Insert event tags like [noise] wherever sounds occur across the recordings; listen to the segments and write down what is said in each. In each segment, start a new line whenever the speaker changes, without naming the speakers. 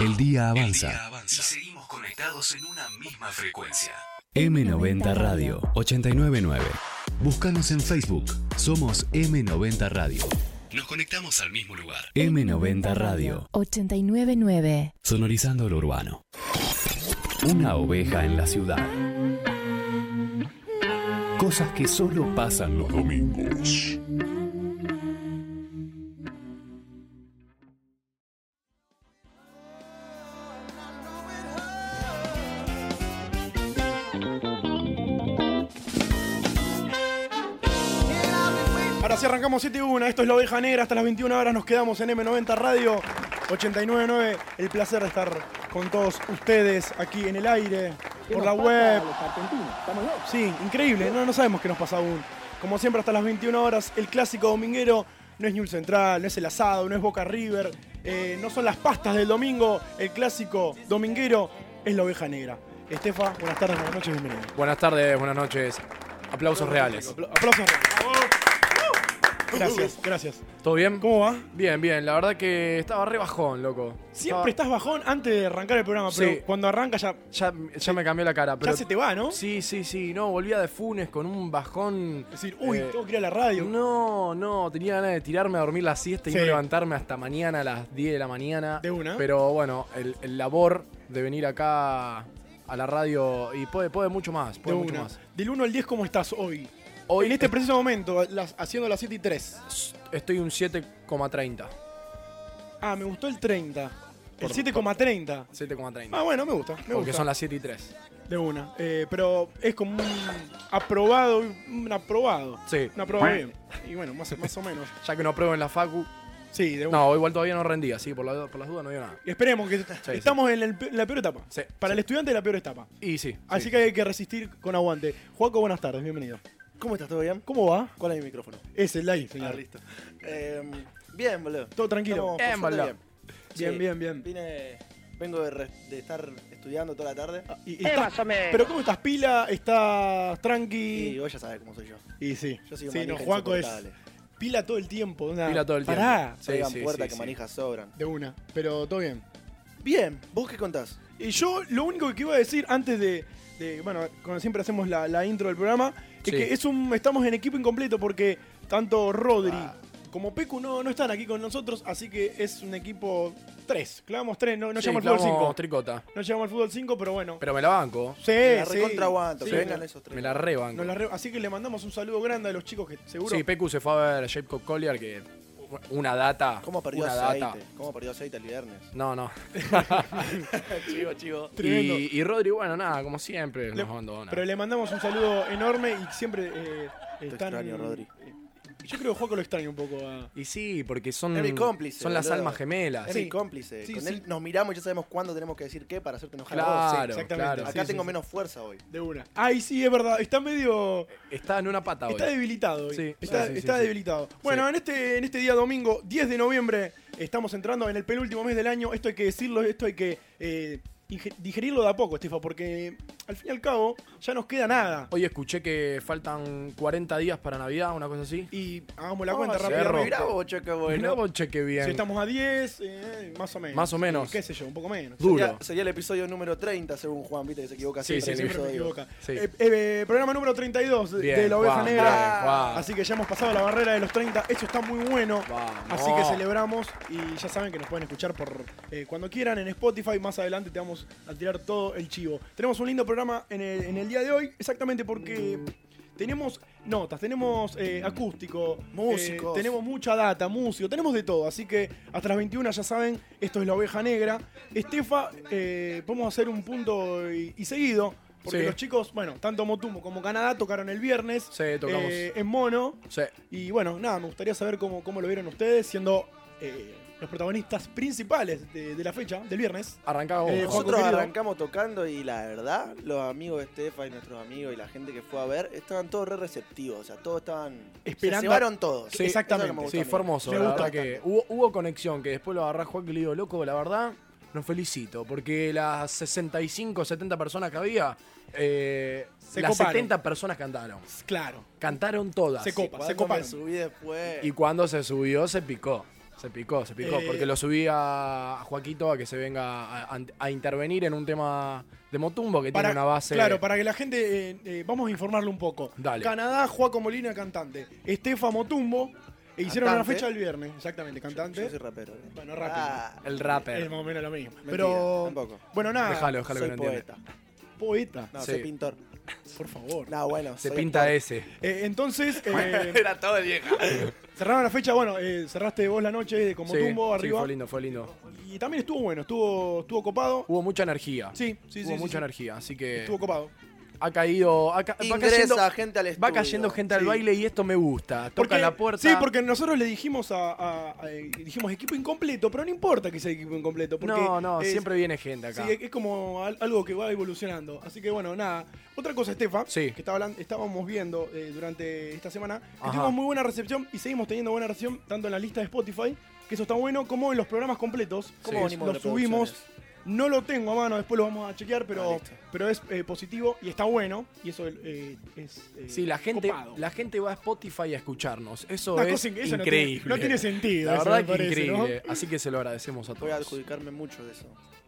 El día avanza.
El día avanza. Y seguimos conectados en una misma frecuencia.
M90 Radio 899. Búscanos en Facebook. Somos M90 Radio.
Nos conectamos al mismo lugar.
M90 Radio.
899.
Sonorizando lo urbano. Una oveja en la ciudad. Cosas que solo pasan los domingos.
Ahora sí arrancamos 7 y 1, esto es La Oveja Negra, hasta las 21 horas nos quedamos en M90 Radio 899, el placer de estar con todos ustedes aquí en el aire, por la web. Sí, increíble, no, no sabemos qué nos pasa aún. Como siempre hasta las 21 horas, el clásico dominguero no es Newell Central, no es el asado, no es Boca River, eh, no son las pastas del domingo, el clásico dominguero es La Oveja Negra. Estefa, buenas tardes, buenas noches, bienvenido.
Buenas tardes, buenas noches. Aplausos reales.
Apla- Aplausos. Gracias, gracias.
¿Todo bien?
¿Cómo va?
Bien, bien. La verdad que estaba re bajón, loco.
Siempre estás bajón antes de arrancar el programa, pero
Sí.
cuando arranca ya,
Ya, ya me cambió la cara, pero.
ya se te va, ¿no?
Sí, sí, sí. No, volvía de Funes con un bajón.
Es decir, uy,
Eh,
tengo que ir a la radio.
No, no, tenía ganas de tirarme a dormir la siesta
Sí.
y no levantarme hasta mañana a las 10 de la mañana.
De una.
Pero bueno, el, el labor de venir acá a la radio y puede, puede mucho más,
de
puede mucho
una.
más.
Del 1 al 10, ¿cómo estás hoy?
Hoy
en este preciso momento, las- haciendo las 7 y 3.
estoy un 7,30.
Ah, me gustó el 30. El
Por-
7,30.
7,30.
Ah, bueno, me gusta, me
porque
gusta.
son las 7 y 3.
De una. Eh, pero es como un aprobado, un aprobado.
Sí.
Un aprobado bien. Y bueno, más, más o menos.
[laughs] Ya que no apruebo en la facu.
Sí, de una.
No, igual todavía no rendía, sí, por, la- por las dudas no dio nada.
Esperemos que
sí.
estamos En, el pe- en la peor etapa.
Sí,
Para
sí.
el estudiante, la peor etapa.
Y sí.
Así
sí.
que hay que resistir con aguante. Juaco, buenas tardes, bienvenido.
¿Cómo estás? ¿Todo bien?
¿Cómo va?
¿Cuál es mi micrófono?
Es el live,
Ah,
señor.
listo. Eh, bien, boludo.
Todo tranquilo.
Estamos, por
Bien,
suerte,
boludo.
Bien,
Sí.
bien, bien.
Vine, vengo de, re- de estar estudiando toda la tarde.
Ah, Y- y
Eh,
estás- Pero ¿cómo estás pila? ¿Estás
Y
tranqui?
vos ya sabés cómo soy yo.
Y, sí.
Yo soy un
sí, no,
manija
Juaco es
insoportable.
pila todo el tiempo. una-
Pila todo el
Pará.
tiempo. Sí,
eh. Pegan
sí,
puertas
sí,
que
sí.
manijas sobran.
De una. Pero todo bien.
Bien, ¿vos qué contás?
Y yo lo único que iba a decir antes de... de- bueno, como siempre hacemos la, la intro del programa,
Sí.
es que es un, estamos en equipo incompleto porque tanto Rodri
Ah.
como Pecu no, no están aquí con nosotros, así que es un equipo 3. Clavamos 3, no, no
Sí,
llegamos al
clavamos
fútbol 5.
tricota.
No llegamos al fútbol 5, pero bueno.
Pero me la banco.
sí,
Me la
sí.
recontra aguanto,
Sí,
que vengan
no-
esos tres.
Me la rebanco.
nos la re- así que le mandamos un saludo grande a los chicos que seguro...
Sí, Pecu se fue a ver a Jacob Collier, que una data.
¿Cómo perdió
una
aceite?
data.
¿Cómo perdió aceite
[laughs]
el viernes?
No, no.
chivo, chivo.
Tremendo.
Y, y Rodri, bueno, nada, como siempre,
Le-
nos abandona.
Pero le mandamos un saludo enorme y siempre eh, están.
extraño, Rodri.
eh, Yo creo que Juaco lo extraña un poco a.
Y sí, porque son,
Es mi cómplice,
son las
boludo.
almas gemelas.
Es
Sí.
mi cómplice.
Sí,
Con
sí.
él nos miramos y ya sabemos cuándo tenemos que decir qué para hacerte enojar. a vos.
Claro,
Sí, exactamente.
claro.
Acá
sí,
tengo
sí.
menos fuerza hoy.
De una. Ay, sí, es verdad. Está medio.
Está en una pata hoy.
Está debilitado hoy.
Sí,
está
sí, sí,
está
sí, sí.
debilitado. Bueno, en, este, en este día domingo, 10 de noviembre, estamos entrando en el penúltimo mes del año. Esto hay que decirlo, esto hay que eh, inge- digerirlo de a poco, Estefa, porque al fin y al cabo ya nos queda nada.
Hoy escuché que faltan 40 días para Navidad, una cosa así.
Y hagamos la
Oh,
cuenta
sí,
rápida.
cerro.
Mirá vos, che, qué
Mirá
bueno.
vos, che, qué bien.
Si estamos a 10, eh, más o menos.
Más o
Sí,
menos.
qué sé yo, un poco menos.
Duro.
Sería, sería el episodio número 30, según Juan, viste que se equivoca
Sí,
Sí,
sí,
siempre me
episodio.
equivoca.
Sí.
Eh, eh, programa número 32 de-
Bien,
de La Oveja
Juan,
Negra.
bien, Juan.
Así que ya hemos pasado la barrera de los 30. Esto está muy bueno.
Vamos.
Así que celebramos y ya saben que nos pueden escuchar por eh, cuando quieran en Spotify. Más adelante te vamos a tirar todo el chivo. Tenemos un lindo programa en el, en el día de hoy, exactamente porque tenemos notas, tenemos eh, acústico,
Músicos.
eh, tenemos mucha data, músico, tenemos de todo. Así que hasta las 21 ya saben, esto es la oveja negra. Estefa, eh, podemos hacer un punto y, y seguido. Porque
Sí.
los chicos, bueno, tanto Motumo como Canadá tocaron el viernes
Sí, tocamos.
eh, en mono.
Sí.
Y bueno, nada, me gustaría saber cómo, cómo lo vieron ustedes, siendo eh, los protagonistas principales de, de la fecha, del viernes.
Arrancaba vos.
Eh,
Juan.
Nosotros
querido.
arrancamos tocando y la verdad, los amigos de Estefa y nuestros amigos y la gente que fue a ver, estaban todos re receptivos, o sea, todos estaban...
Esperando-
Se llevaron todos.
Sí,
Eso es lo que me
exactamente.
gusta a
Sí,
mí.
fue hermoso.
Me
la
gusta
verdad que hubo, hubo conexión, que después lo agarré a Juan y le digo, loco, la verdad, nos felicito, porque las 65, 70 personas que había, eh,
Se
las
coparon.
70 personas cantaron.
Claro.
Cantaron todas.
Se copa,
Cuando
se coparon.
me subí después...
Y cuando se subió, se picó. Se picó, se picó,
Eh,
porque lo subí a a Joaquito a que se venga a, a- a intervenir en un tema de Motumbo que tiene una base.
Claro, para que la gente. eh, eh, vamos a informarle un poco.
Dale.
Canadá, Juaco Molina, cantante. Estefa Motumbo. e hicieron una
Cantante.
fecha el viernes, exactamente, cantante.
Yo soy rapero. ¿eh?
Bueno, rápido.
Ah,
El
es
rapper.
más o menos lo mismo.
Mentira,
Pero.
tampoco.
Bueno, nada.
Déjalo, déjalo que
soy
lo entienda.
poeta.
Poeta.
No,
Sí.
soy pintor.
Por favor.
No, bueno.
Se
soy
pinta
actor. [laughs]
ese.
Eh, entonces,
[laughs]
eh,
Era todo vieja.
cerraron la fecha. Bueno, eh, cerraste vos la noche como
Sí,
tumbo
sí,
arriba.
fue lindo, fue lindo.
y también estuvo bueno, estuvo, estuvo copado.
Hubo mucha energía.
Sí, sí, sí,
Hubo
sí,
mucha
sí.
energía, así que
Estuvo copado.
ha caído. ha ca- va,
Ingresa
cayendo,
gente al estudio.
va cayendo gente al
Sí.
baile y esto me gusta. Toca
Porque-
la puerta.
Sí, porque nosotros le dijimos a, a- a- eh, dijimos equipo incompleto, pero no importa que sea equipo incompleto. Porque eh,
no, no,
es-
siempre viene gente
Sí,
acá.
es es como al- algo que va evolucionando. Así que bueno, nada. Otra cosa, Estefa,
Sí.
que estaba hablan- estábamos viendo eh, durante esta semana, que
Ajá.
tuvimos muy buena recepción y seguimos teniendo buena recepción tanto en la lista de Spotify, que eso está bueno, como en los programas completos.
¿Cómo
que
venimos de
los subimos.
reproducciones?
No lo tengo a mano, después lo vamos a chequear,
Ah,
pero,
listo.
pero es eh, positivo y está bueno. Y eso eh, es. eh,
Sí, la gente,
copado.
la gente va a Spotify a escucharnos. Eso
Una
es
cosa in- eso no tiene-
increíble.
no tiene sentido,
La
eso
verdad
me
que
parece, ¿no?
increíble. Así que se lo agradecemos a
Voy a
todos.
adjudicarme mucho de eso.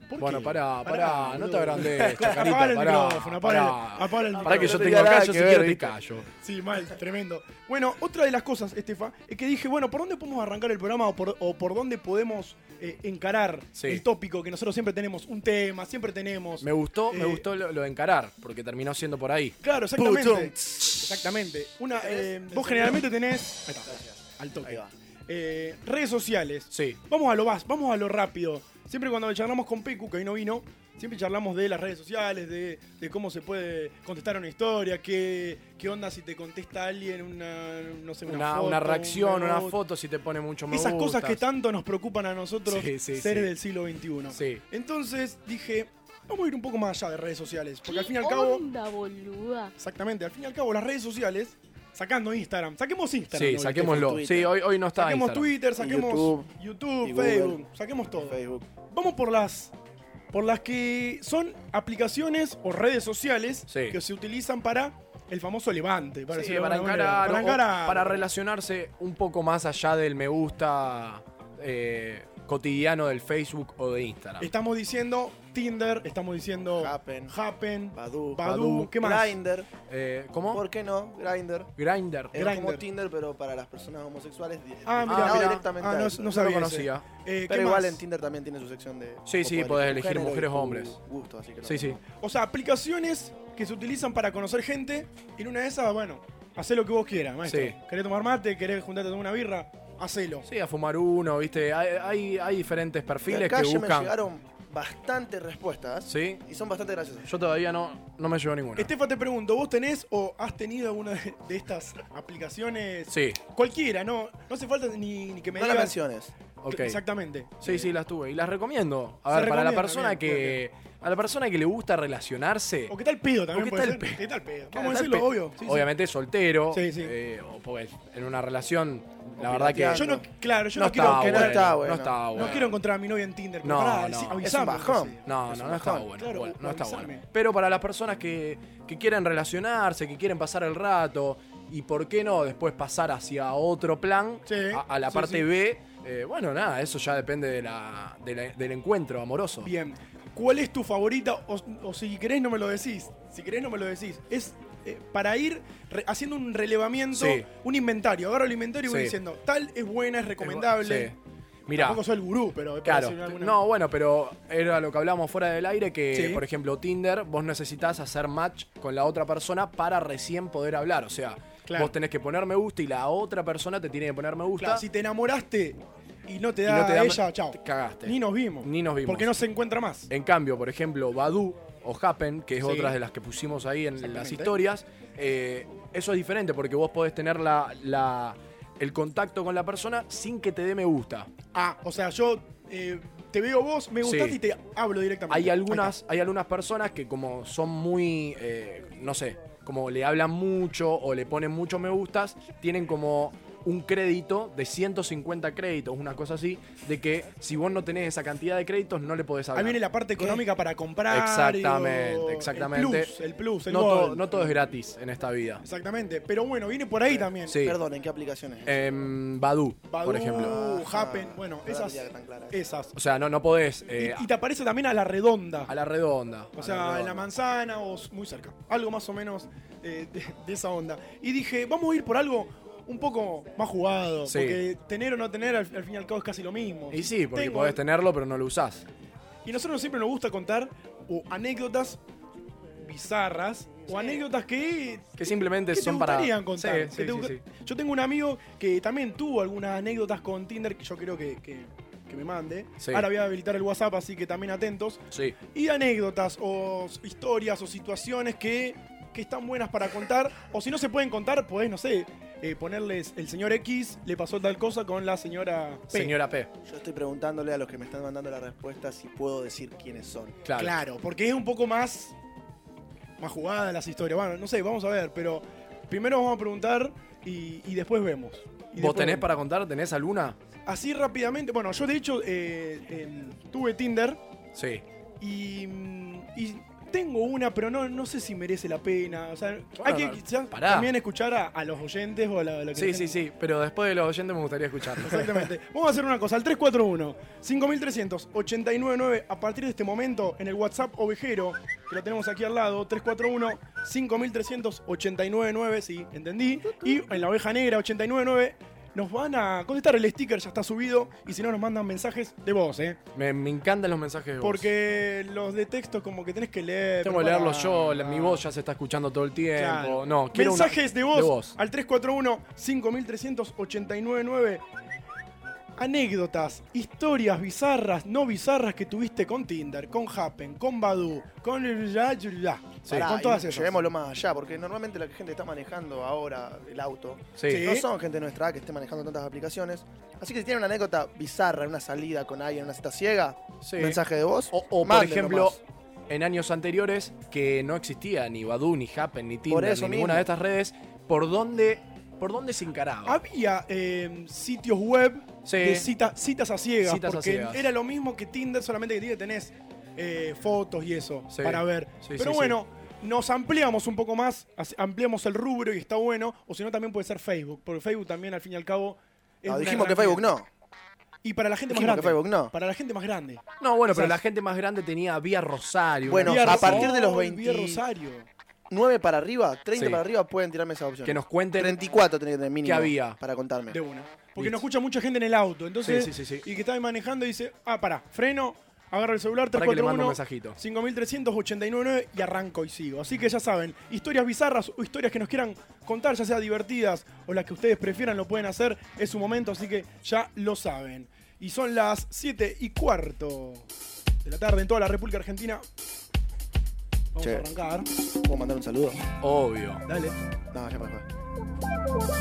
¿Por
Bueno,
qué?
pará, pará, no te
boludo. [laughs]
agrandes, chacarita,
Apaga el
pará,
micrófono, apaga
pará.
el, apaga el micrófono.
Para que yo
No
te
tenía nada
callo, si
que ver,
quiero te
¿viste?
callo.
Sí, mal, tremendo. Bueno, otra de las cosas, Estefa, es que dije, bueno, ¿por dónde podemos arrancar el programa o por, o por dónde podemos eh, encarar
Sí.
el tópico que nosotros siempre tenemos? Un tema, siempre tenemos.
Me gustó, me
Eh,
gustó lo, lo de encarar, porque terminó siendo por ahí.
Claro, exactamente.
Putum.
Exactamente. Una, eh, vos generalmente tenés. Ahí está, al toque.
Ahí va.
Eh, redes sociales.
Sí.
Vamos a lo más, vamos a lo rápido. Siempre cuando charlamos con Pecu, que hoy no vino, siempre charlamos de las redes sociales, de, de cómo se puede contestar una historia, qué, qué onda si te contesta alguien una, no sé, una,
Una,
foto,
una reacción, una
emoji.
foto, si te pone mucho me
Esas cosas que
gustas.
tanto nos preocupan a nosotros,
Sí, sí,
seres
sí.
del siglo XXI.
Sí.
Entonces dije, vamos a ir un poco más allá de redes sociales, porque al fin y al cabo...
onda, boluda?
Exactamente, al fin y al cabo las redes sociales, sacando Instagram, saquemos Instagram.
Sí,
hoy,
saquémoslo.
Twitter.
Sí, hoy, hoy no
Stefan.
está
Saquemos
Instagram.
Twitter, saquemos YouTube,
YouTube, y Google.
Facebook, saquemos todo.
Facebook.
Vamos por las por las que son aplicaciones o redes sociales
Sí.
que se utilizan para el famoso levante, para,
Sí,
decirlo de
para
alguna manera.
encarar, o-
para encarar.
para relacionarse un poco más allá del me gusta eh, cotidiano del Facebook o de Instagram.
Estamos diciendo Tinder, estamos diciendo
Happen.
Happen,
Badoo.
Badoo, ¿qué más?
Grindr.
Eh, ¿Cómo?
¿Por qué no? Grindr.
Grinder.
Es
Grindr.
como Tinder, pero para las personas homosexuales. di-
Ah,
destinado
mira,
mirá.
directamente
Ah,
a
no,
eso.
no
No
sabía
lo
ese.
conocía.
Eh, ¿qué
Pero igual
más?
en Tinder también tiene su sección de.
Sí, sí,
vos
podés elegir
tu
mujeres o
tu
hombres.
Gusto, así que
Sí,
no-
sí.
O sea, aplicaciones que se utilizan para conocer gente. Y en una de esas, bueno, hacé lo que vos quieras, maestro.
Sí.
¿Querés tomar mate? ¿Querés juntarte a tomar una birra? Hacelo.
Sí, a fumar uno, ¿viste? Hay, hay, hay diferentes
Y
perfiles
acá
que
ya me
buscan.
llegaron bastantes respuestas.
Sí.
Y son bastante graciosas.
Yo todavía no, no me llegó ninguna.
Estefa, te pregunto, ¿vos tenés o has tenido alguna de, de estas aplicaciones?
Sí,
Cualquiera, no, no hace falta ni, ni que me
No las
digas.
menciones.
ok.
Exactamente.
Sí, sí, las tuve. Y las recomiendo.
Se
A ver, para la
recomienda,
persona
bien,
que. A la persona que le gusta relacionarse.
O qué tal pedo también.
O qué
puede
tal
ser.
pedo.
¿Qué tal pedo?
Claro,
Vamos a
tal
decirlo,
pe-
obvio. Sí, sí.
Obviamente soltero.
Sí, sí.
eh, o porque en una relación, la verdad que.
Yo no, claro, yo no,
no
quiero
estaba
que no
encontrar,
bueno,
está
No
bueno.
estaba
no
bueno.
quiero encontrar a mi novia en Tinder. pero
No, no.
pará, sí,
Es un
avisame,
bajón.
sí.
No,
Es
no,
un
no estaba
bajón.
bueno.
Claro,
bueno, no estaba
avísame.
bueno. Pero para las personas que, que quieren relacionarse, que quieren pasar el rato y por qué no después pasar hacia otro plan,
Sí,
a, a la
sí,
parte
sí.
B, eh, bueno, nada, eso ya depende de la, de la- del encuentro amoroso.
Bien. ¿Cuál es tu favorita? O, o si querés no me lo decís. Si querés no me lo decís. Es eh, para ir re- haciendo un relevamiento,
Sí.
un inventario. Agarro el inventario y voy
Sí.
diciendo, tal es buena, es recomendable.
Mira,
Tampoco soy el gurú, pero es para
claro.
decir alguna-
No, bueno, pero era lo que hablábamos fuera del aire, que
Sí.
por ejemplo Tinder, vos necesitas hacer match con la otra persona para recién poder hablar. O sea,
Claro.
vos tenés que poner me gusta y la otra persona te tiene que poner me gusta.
Claro, si te enamoraste y no te
Y
da,
no te da-
ella, chao.
te cagaste.
Ni nos vimos.
Ni nos vimos.
Porque no se encuentra más.
En cambio, por ejemplo, Badu o Happen, que es
Sí.
otra de las que pusimos ahí en las
Exactamente.
historias, eh, eso es diferente porque vos podés tener la, la- el contacto con la persona sin que te dé me gusta.
Ah, o sea, yo eh, te veo vos, me gustaste
Sí.
y te hablo directamente.
Hay
Ahí
algunas, hay algunas personas que como son muy, eh, no sé, como le hablan mucho o le ponen muchos me gustas, tienen como un crédito de 150 créditos, una cosa así, de que si vos no tenés esa cantidad de créditos no le podés hablar.
Ahí viene la parte económica para comprar.
Exactamente,
digo,
exactamente.
El plus, el plus, el
no,
gol.
todo, no todo es gratis en esta vida.
Exactamente. Pero bueno, viene por ahí también.
Sí.
Perdón, ¿en qué aplicaciones?
Em, Badoo, por
Badoo,
ejemplo.
Happen, bueno,
Ah, no la
esas.
tenía tan clara.
Esas.
O sea, no, no podés eh,
y, y te aparece también a la redonda.
a la redonda. a
O
la
sea, en la
redonda.
manzana o s- muy cerca. Algo más o menos eh, de, de esa onda. Y dije, vamos a ir por algo un poco más jugado.
Sí.
Porque tener o no tener, al, al fin y al cabo, es casi lo mismo.
Y sí, porque
Tengo-
podés tenerlo, pero no lo usás.
Y nosotros siempre nos gusta contar o anécdotas bizarras o anécdotas que
Que simplemente
que te
son para.
gustarían contar.
Sí,
que
sí,
te
sí,
gusta-
sí.
Yo tengo un amigo que también tuvo algunas anécdotas con Tinder que yo creo que, que- que me mande.
Sí.
Ahora voy a habilitar el WhatsApp, así que también atentos.
Sí.
Y anécdotas o s- historias o situaciones que, que están buenas para contar. O si no se pueden contar, podés, no sé, eh, ponerles el señor X le pasó tal cosa con la señora P.
Señora P.
Yo estoy preguntándole a los que me están mandando la respuesta si puedo decir quiénes son.
Claro.
Claro, porque es un poco más. más jugada las historias. Bueno, no sé, vamos a ver, pero primero vamos a preguntar y, y después vemos. Y
¿Vos
después
tenés
vemos.
para contar? ¿Tenés alguna?
Así rápidamente. Bueno, yo de hecho eh, em, tuve Tinder
Sí.
y. mm, y tengo una, pero no, no sé si merece la pena. O sea, hay que
no,
quizás
pará.
también escuchar a, a los oyentes o a la, a la que
Sí,
la
sí,
gente-
sí. Pero después de los oyentes me gustaría escucharlo.
Exactamente. Vamos a hacer una cosa, al 341-5300-899, a partir de este momento, en el WhatsApp ovejero, que lo tenemos aquí al lado, 341-5300-899, sí, entendí. Y en la oveja negra, 899, nos van a contestar, el sticker ya está subido, y si no nos mandan mensajes de voz, ¿eh?
Me, me encantan los mensajes de voz.
Porque los de texto como que tenés que leer.
Tengo que
pero
leerlos
para-
yo, la- mi voz ya se está escuchando todo el tiempo.
Claro.
No, quiero una-
Mensajes de, voz
de voz.
al 341-5300-899. Anécdotas, historias bizarras, no bizarras que tuviste con Tinder, con Happen, con Badu, con el ya, ya, ya.
Sí.
Pará,
con
y
todas esas.
Llevémoslo más allá, porque normalmente la que gente está manejando ahora el auto
Sí.
Sí.
no son gente nuestra edad que esté manejando tantas aplicaciones. Así que si tienen una anécdota bizarra, una salida con alguien, una cita ciega,
Sí.
mensaje de voz.
O, o, por
manden
ejemplo,
nomás.
en años anteriores que no existía ni Badoo, ni Happen, ni Tinder,
Por
ni
eso
ninguna
mismo.
de estas redes, ¿por dónde, por dónde se encaraba?
Había eh, sitios web
Sí.
de cita- citas a ciegas,
Citas a
porque
ciegas.
era lo mismo que Tinder, solamente que Tinder tenés eh, fotos y eso
Sí.
para ver.
Sí,
Pero
sí,
bueno, nos ampliamos un poco más, as- ampliamos el rubro y está bueno, o si no también puede ser Facebook, porque Facebook también al fin y al cabo... es
No,
una
dijimos que
herramienta.
Facebook no.
Y para la gente más
Dijimos
grande.
que Facebook no.
Para la gente más grande.
No, bueno, pero la
Quizás.
gente más grande tenía Vía Rosario.
Bueno,
una
a
cosa así.
partir de los
Oh, el Vía
20.
Rosario.
9 para arriba, 30
Sí.
para arriba pueden tirarme esa opción.
Que nos cuenten.
34 tenés que tener mínimo.
¿Qué había?
Para contarme.
De una. Porque
Listo.
nos escucha mucha gente en el auto. Entonces,
Sí, sí, sí, sí.
y que está ahí manejando y dice, ah, pará, freno, agarro el celular,
Pará que le mando un
341
mensajito.
5389 y arranco y sigo. Así que ya saben, historias bizarras o historias que nos quieran contar, ya sea divertidas o las que ustedes prefieran, lo pueden hacer. Es su momento, así que ya lo saben. Y son las 7 y cuarto de la tarde en toda la República Argentina. Vamos
Che.
a arrancar.
¿Puedo mandar un saludo?
Obvio.
Dale.
No, ya me fue.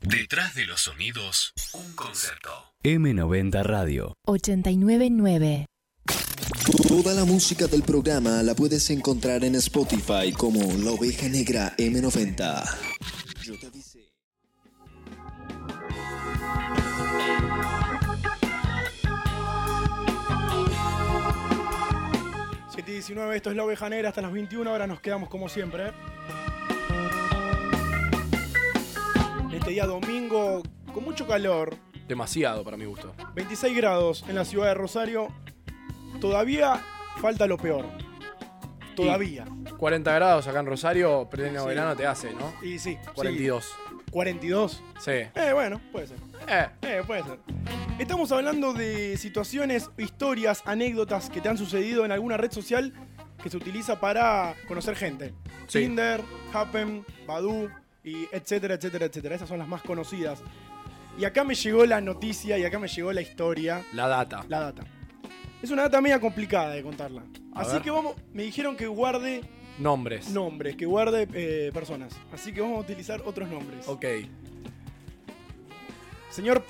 Detrás de los sonidos, un concepto.
M90 Radio.
899.
Toda la música del programa la puedes encontrar en Spotify como La Oveja Negra M90. Yo te avisé.
Siete y 19, esto es La Oveja Negra, hasta las 21 horas nos quedamos como siempre. ¿eh? En Este día domingo, con mucho calor,
Demasiado para mi gusto.
26 grados en la ciudad de Rosario, todavía falta lo peor. Todavía.
40 grados acá en Rosario, pleno
Sí.
verano te hace, ¿no?
Y sí.
42.
sí. 42.
Sí.
Eh, bueno, puede ser.
Eh,
Eh, puede ser. Estamos hablando de situaciones, historias, anécdotas que te han sucedido en alguna red social que se utiliza para conocer gente.
Sí.
Tinder, Happen, Badoo y etcétera, etcétera, etcétera. Esas son las más conocidas. Y acá me llegó la noticia y acá me llegó la historia,
la data.
la data. Es una data media complicada de contarla.
A
Así
ver.
que vamos, me dijeron que guarde
Nombres.
nombres, que guarde eh, personas. Así que vamos a utilizar otros nombres.
Ok.
Señor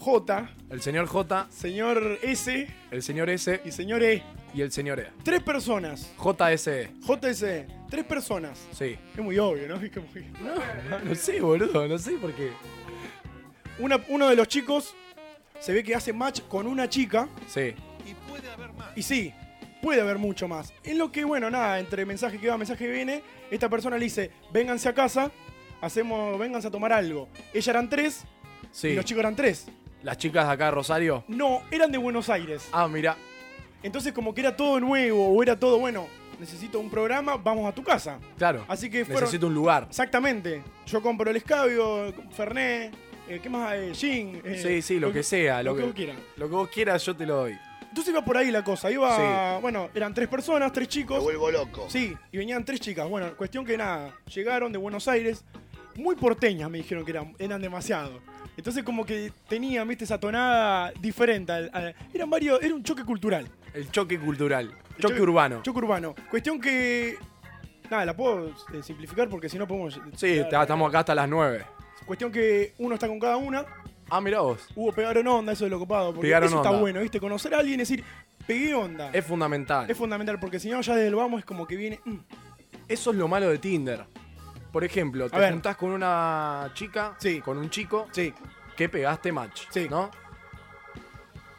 J,
El señor J,
señor S
el señor S.
y señor E.
y el señoré.
Tres personas.
JSE.
JSE. Tres personas.
E. Sí.
Es muy obvio, ¿no? [laughs] Es que muy-
No, no sé, boludo, no sé por qué.
Una- uno de los chicos se ve que hace match con una chica.
Sí.
Y sí, puede haber mucho más. En lo que, bueno, nada, entre mensaje que va, mensaje que viene, esta persona le dice, vénganse a casa, hacemos, vénganse a tomar algo. Ella eran tres y
Sí.
los chicos eran tres.
Las chicas de acá de Rosario.
No, eran de Buenos Aires.
Ah, mira.
Entonces como que era todo nuevo o era todo, bueno, necesito un programa, vamos a tu casa.
Claro.
Así que fueron...
Necesito un lugar.
Exactamente. Yo compro el escabio, Fernet, eh, ¿qué más? Eh, gin. eh,
Sí, sí, lo que sea, lo
Lo que
que-
vos quieras.
Lo que vos quieras, yo te lo doy.
Entonces iba por ahí la cosa. Iba, bueno, eran tres personas, tres chicos.
vuelvo loco.
Sí, y venían tres chicas. Bueno, cuestión que nada, llegaron de Buenos Aires, muy porteñas me dijeron que eran, eran demasiado. Entonces como que tenían, viste, esa tonada diferente. al- al- eran varios, era un choque cultural.
El choque cultural. Choque,
choque-
urbano.
Choque urbano. Cuestión que... Nada, la puedo eh, simplificar porque si no podemos...
sí, ta- estamos acá hasta las 9.
Cuestión que uno está con cada una,
Ah, mira vos.
hubo pegaron onda, eso es lo copado. Porque
Pegaron
eso
onda.
está bueno, viste, conocer a alguien y decir, pegué onda.
Es fundamental.
Es fundamental porque si no ya desde el vamos es como que viene... mm,
Eso es lo malo de Tinder. Por ejemplo, te
ver.
juntás con una chica,
Sí.
con un chico,
sí,
que pegaste match,
Sí.
¿no?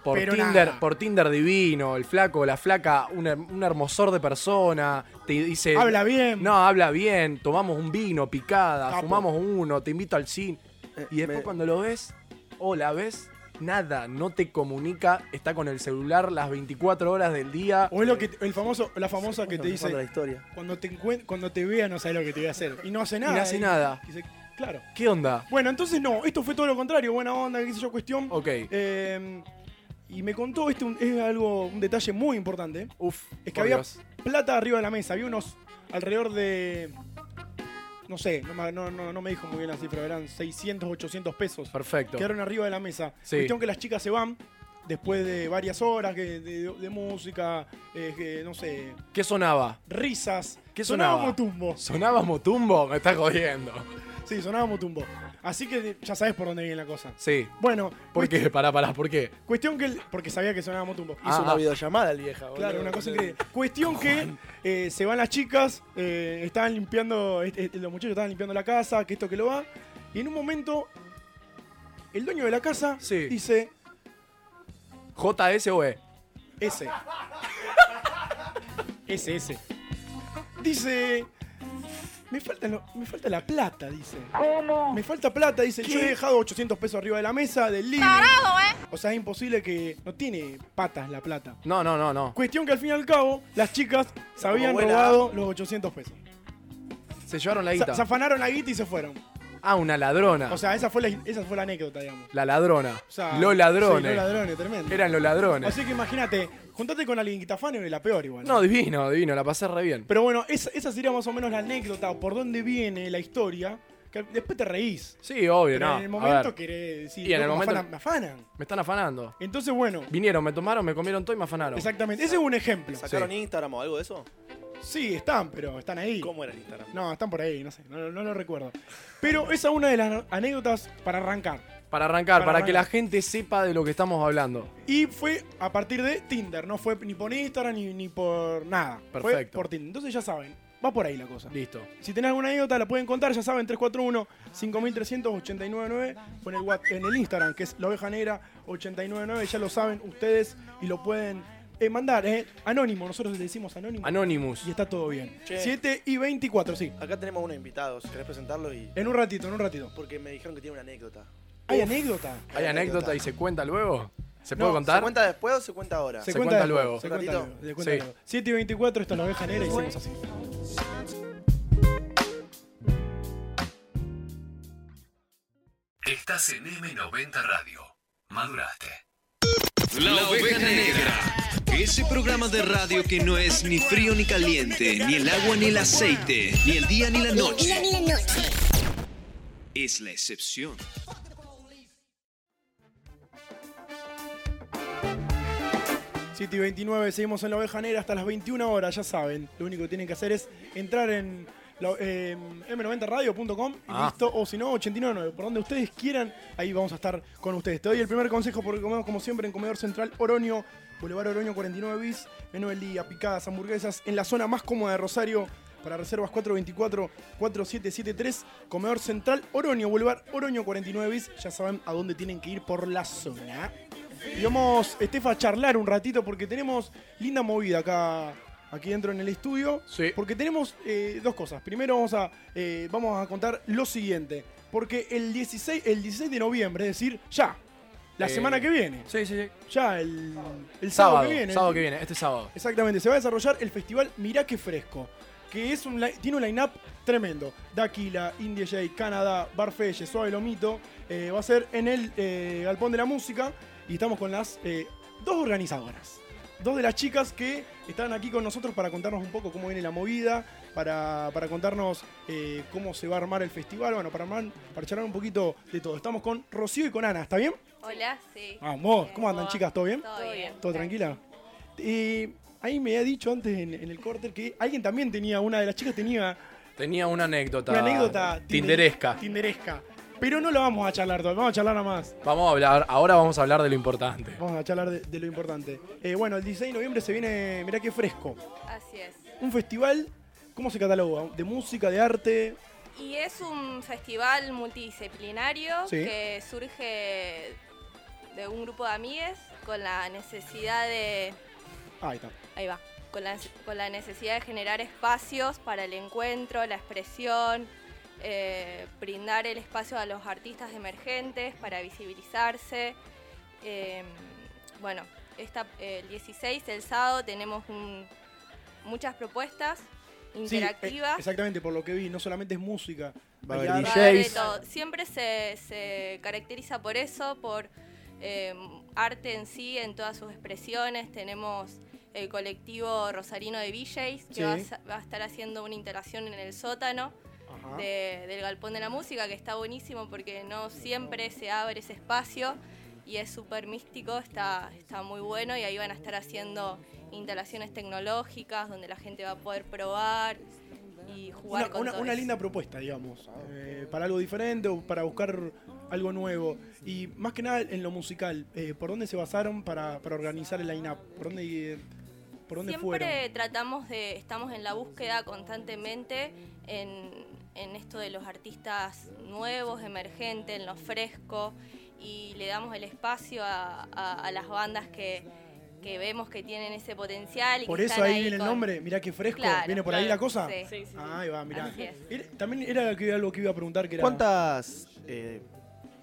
Por
Pero
Tinder,
nada.
por Tinder divino, el flaco, la flaca, un, her- un hermosor de persona, te dice...
Habla bien.
No, habla bien, tomamos un vino, picada,
Capo.
fumamos uno, te invito al cine.
Eh,
Y después
me-
cuando lo ves, o la ves, nada, no te comunica, está con el celular las 24 horas del día.
O es lo que el famoso, la famosa que
Bueno,
te
me falta la
dice
historia.
cuando te encuent- cuando te vea no sabes lo que te voy a hacer y no hace nada. eh.
no hace nada.
y se- claro.
¿Qué onda?
Bueno, entonces no, esto fue todo lo contrario, buena onda, qué sé yo, cuestión.
Ok.
Eh, y me contó este un- es algo un detalle muy importante,
Uf,
es que
por
había
Dios.
plata arriba de la mesa, había unos alrededor de no sé, no, me- no, no, no me dijo muy bien la cifra, eran 600, 800 pesos.
Perfecto.
Quedaron arriba de la mesa.
Sí.
Cuestión que las chicas se van después de varias horas que- de, de música, eh, que, no sé,
¿Qué sonaba?
risas.
¿Qué
sonaba?
sonaba?
Motumbo.
¿Sonaba Motumbo? Me estás jodiendo.
Sí, sonaba Motumbo. Así que de- ya sabes por dónde viene la cosa.
Sí.
Bueno,
¿Por
cuest-
qué? Pará, pará, ¿por qué?
cuestión que... el- porque sabía que sonaba Motumbo.
Ah,
Hizo una
ah.
videollamada el vieja, boludo.
Claro, una
[laughs]
cosa increíble. Cuestión que eh, se van las chicas, eh, estaban limpiando, este- este, los muchachos estaban limpiando la casa, que esto que lo va. Y en un momento, el dueño de la casa
Sí.
dice,
JSOE.
[laughs] Ese. Ese, ese. Dice. Me falta, lo- me falta la plata, dice. ¿Cómo? Me falta plata, dice. Yo he dejado 800 pesos arriba de la mesa, del living. O sea, es imposible que. No tiene patas la plata.
No, no, no, no.
Cuestión que al fin y al cabo, las chicas se habían
buena.
robado los 800 pesos.
Se llevaron la
Sa-
guita.
Se afanaron la guita y se fueron.
Ah, una ladrona.
O sea, esa fue la, esa fue la anécdota, digamos.
la ladrona.
O sea,
los ladrones.
sí, los ladrones, tremendo.
Eran los ladrones.
Así que imagínate, juntate con alguien que te afane y la peor igual.
No, divino, divino, la pasé re bien.
Pero bueno, esa, esa sería más o menos la anécdota, por dónde viene la historia, que después te reís.
Sí, obvio,
Pero
no.
en
A ver,
el momento querés decir,
Y en
"Loco,
el momento-
me, afanan, me afanan".
me están afanando.
Entonces, bueno,
Vinieron, me tomaron, me comieron todo y me afanaron.
exactamente, ese es un ejemplo.
¿Sacaron Instagram o algo de eso?
Sí, están, pero están ahí.
¿Cómo era el Instagram?
No, están por ahí, no sé, no, no lo recuerdo. Pero [laughs] esa es una de las anécdotas para arrancar.
Para arrancar, para,
Para
que
arrancar.
la gente sepa de lo que estamos hablando.
Y fue a partir de Tinder, no fue ni por Instagram ni, ni por nada. Fue
Perfecto.
por Tinder. Entonces ya saben, va por ahí la cosa.
Listo.
Si tenés alguna anécdota, la pueden contar, ya saben, 341-53899 o en el, Whats- en el Instagram, que es la oveja negra 899, ya lo saben ustedes y lo pueden eh, mandar, ¿eh? Anónimo, nosotros le decimos anónimo
Anonymous.
y está todo bien.
Che.
7 Eh, y 24, sí.
Acá tenemos unos invitados. ¿Querés presentarlos? Y...
En un ratito, en un ratito.
Porque me dijeron que tiene una anécdota.
Hay anécdota.
¿Hay anécdota y se cuenta luego? ¿Se puede
No,
contar?
¿Se cuenta después o se cuenta ahora?
Se cuenta
después,
luego.
Se cuenta
Ratito.
luego. se cuenta
Sí.
luego. 7 y 24, esto es la oveja negra y hicimos así.
Estás en M90 Radio. Maduraste. La oveja negra.
Ese programa de radio que no es ni frío ni caliente, ni el agua ni el aceite, ni el día ni la noche. Es la excepción.
City 29, seguimos en la oveja negra hasta las 21 horas, ya saben. Lo único que tienen que hacer es entrar en la- eh, m90radio.com y
Ah.
listo, o si no, 899, por donde ustedes quieran, ahí vamos a estar con ustedes. Te doy el primer consejo porque comemos como siempre en Comedor Central Oroño, Boulevard Oroño 49 bis, menú del día, picadas, hamburguesas, en la zona más cómoda de Rosario, para reservas 424-4773, Comedor Central Oroño, Boulevard Oroño 49 bis, ya saben a dónde tienen que ir por la zona. Y vamos, Estefa, a charlar un ratito porque tenemos linda movida acá, aquí dentro en el estudio.
Sí.
Porque tenemos eh, dos cosas. Primero vamos a, eh, vamos a contar lo siguiente. Porque el 16, el 16 de noviembre, es decir, ya, la
Eh,
semana que viene,
Sí, sí, sí.
ya el, el sábado,
Sábado,
que viene.
sábado que viene, este sábado.
Exactamente, se va a desarrollar el festival Mirá que Fresco, que es un li- tiene un line-up tremendo. Daquila, Indie J, Canadá, Barfelle, Suave Lomito. eh, va a ser en el eh, Galpón de la Música y estamos con las eh, dos organizadoras. Dos de las chicas que están aquí con nosotros para contarnos un poco cómo viene la movida, para, para contarnos eh, cómo se va a armar el festival, bueno, para, armar- para charlar un poquito de todo. Estamos con Rocío y con Ana, ¿está bien?
Hola, sí.
Vamos, ¿cómo andan chicas? ¿Todo bien?
Todo bien.
¿Todo tranquila? Eh, ahí me había dicho antes en, en el corte que alguien también tenía, una de las chicas tenía
Tenía una anécdota.
una anécdota tinder-
tinderesca.
Tinderesca. Pero no la vamos a charlar todavía, vamos a charlar nada más.
Vamos a hablar, ahora vamos a hablar de lo importante.
Vamos a charlar de, de lo importante. Eh, bueno, el 16 de noviembre se viene, mirá qué fresco.
Así es.
Un festival, ¿cómo se cataloga? ¿De música, de arte?
Y es un festival multidisciplinario
Sí.
que surge de un grupo de amigues con la necesidad de.
Ah, Ahí está.
Ahí va. Con la, con la necesidad de generar espacios para el encuentro, la expresión, eh, brindar el espacio a los artistas emergentes para visibilizarse. Eh, bueno, esta, eh, el 16, el sábado, tenemos un- muchas propuestas
Sí, eh,
interactivas.
exactamente, por lo que vi, no solamente es música.
Va a
hay
haber
arte.
Va a haber de
DJs.
todo. Siempre se, se caracteriza por eso, por eh, arte en sí, en todas sus expresiones. Tenemos el colectivo Rosarino de VJs, que
Sí.
va, a, sa- va a estar haciendo una interacción en el sótano
Ajá.
de- del Galpón de la Música, que está buenísimo porque no siempre se abre ese espacio y es súper místico, está, está muy bueno y ahí van a estar haciendo instalaciones tecnológicas donde la gente va a poder probar y jugar
una,
con
una-
todo
una
eso.
linda propuesta, digamos, eh, para algo diferente o para buscar algo nuevo. Y más que nada en lo musical, eh, ¿por dónde se basaron para, para organizar el line-up? ¿Por dónde, eh, por dónde fueron?
Siempre tratamos de, estamos en la búsqueda constantemente en, en esto de los artistas nuevos, emergentes, en lo fresco y le damos el espacio a, a- a las bandas que, que vemos que tienen ese potencial. Y
Por
que
eso
están
ahí viene
con-
el nombre, mirá qué fresco,
Claro,
viene por ahí la
claro,
cosa.
sí.
Ah, ahí va, mirá.
Así es.
Era- también era lo que- algo que iba a preguntar, que era...
¿Cuántas eh,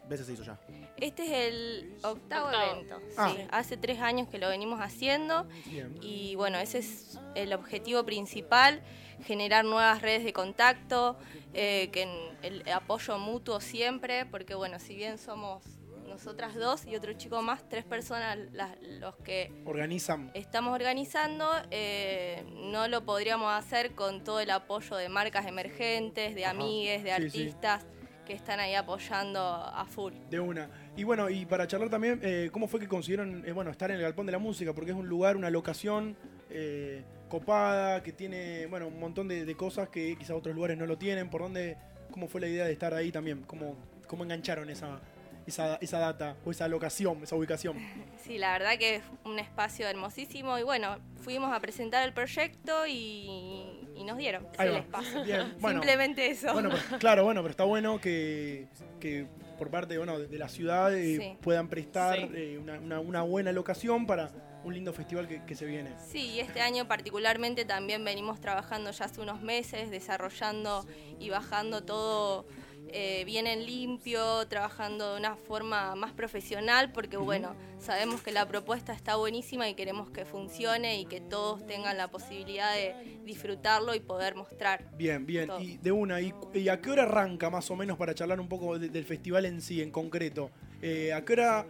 veces se hizo ya?
Este es el octavo,
Octavo.
evento.
Ah.
sí. hace tres años que lo venimos haciendo
Bien.
y bueno, ese es el objetivo principal, generar nuevas redes de contacto, eh, que en- el apoyo mutuo siempre, porque bueno, si bien somos nosotras dos y otro chico más, tres personas las- los que
Organizan.
estamos organizando, eh, no lo podríamos hacer con todo el apoyo de marcas emergentes, de amigues, de
Sí, sí.
artistas que están ahí apoyando a full.
De una. Y bueno, y para charlar también, eh, ¿cómo fue que consiguieron eh, bueno, estar en el Galpón de la Música? Porque es un lugar, una locación eh, copada, que tiene bueno, un montón de, de cosas que quizá otros lugares no lo tienen. ¿Por dónde, cómo fue la idea de estar ahí también? ¿Cómo, cómo engancharon esa, esa, esa data o esa locación, esa ubicación?
Sí, la verdad que es un espacio hermosísimo y bueno, fuimos a presentar el proyecto y, y nos dieron
Ahí
el
va.
espacio. [laughs]
Bien, bueno.
Simplemente eso.
Bueno, pues- pero- claro, bueno, pero está bueno que, que por parte bueno, de, de la ciudad eh,
Sí.
puedan prestar
Sí.
eh, una, una- una buena locación para un lindo festival que, que se viene.
Sí, y este año particularmente también venimos trabajando ya hace unos meses, desarrollando y bajando todo eh, bien en limpio, trabajando de una forma más profesional, porque bueno, sabemos que la propuesta está buenísima y queremos que funcione y que todos tengan la posibilidad de disfrutarlo y poder mostrar.
Bien, bien.
Todo.
Y de una, y, cu- y a qué hora arranca más o menos para charlar un poco de- del festival en sí, en concreto? Eh, ¿A qué hora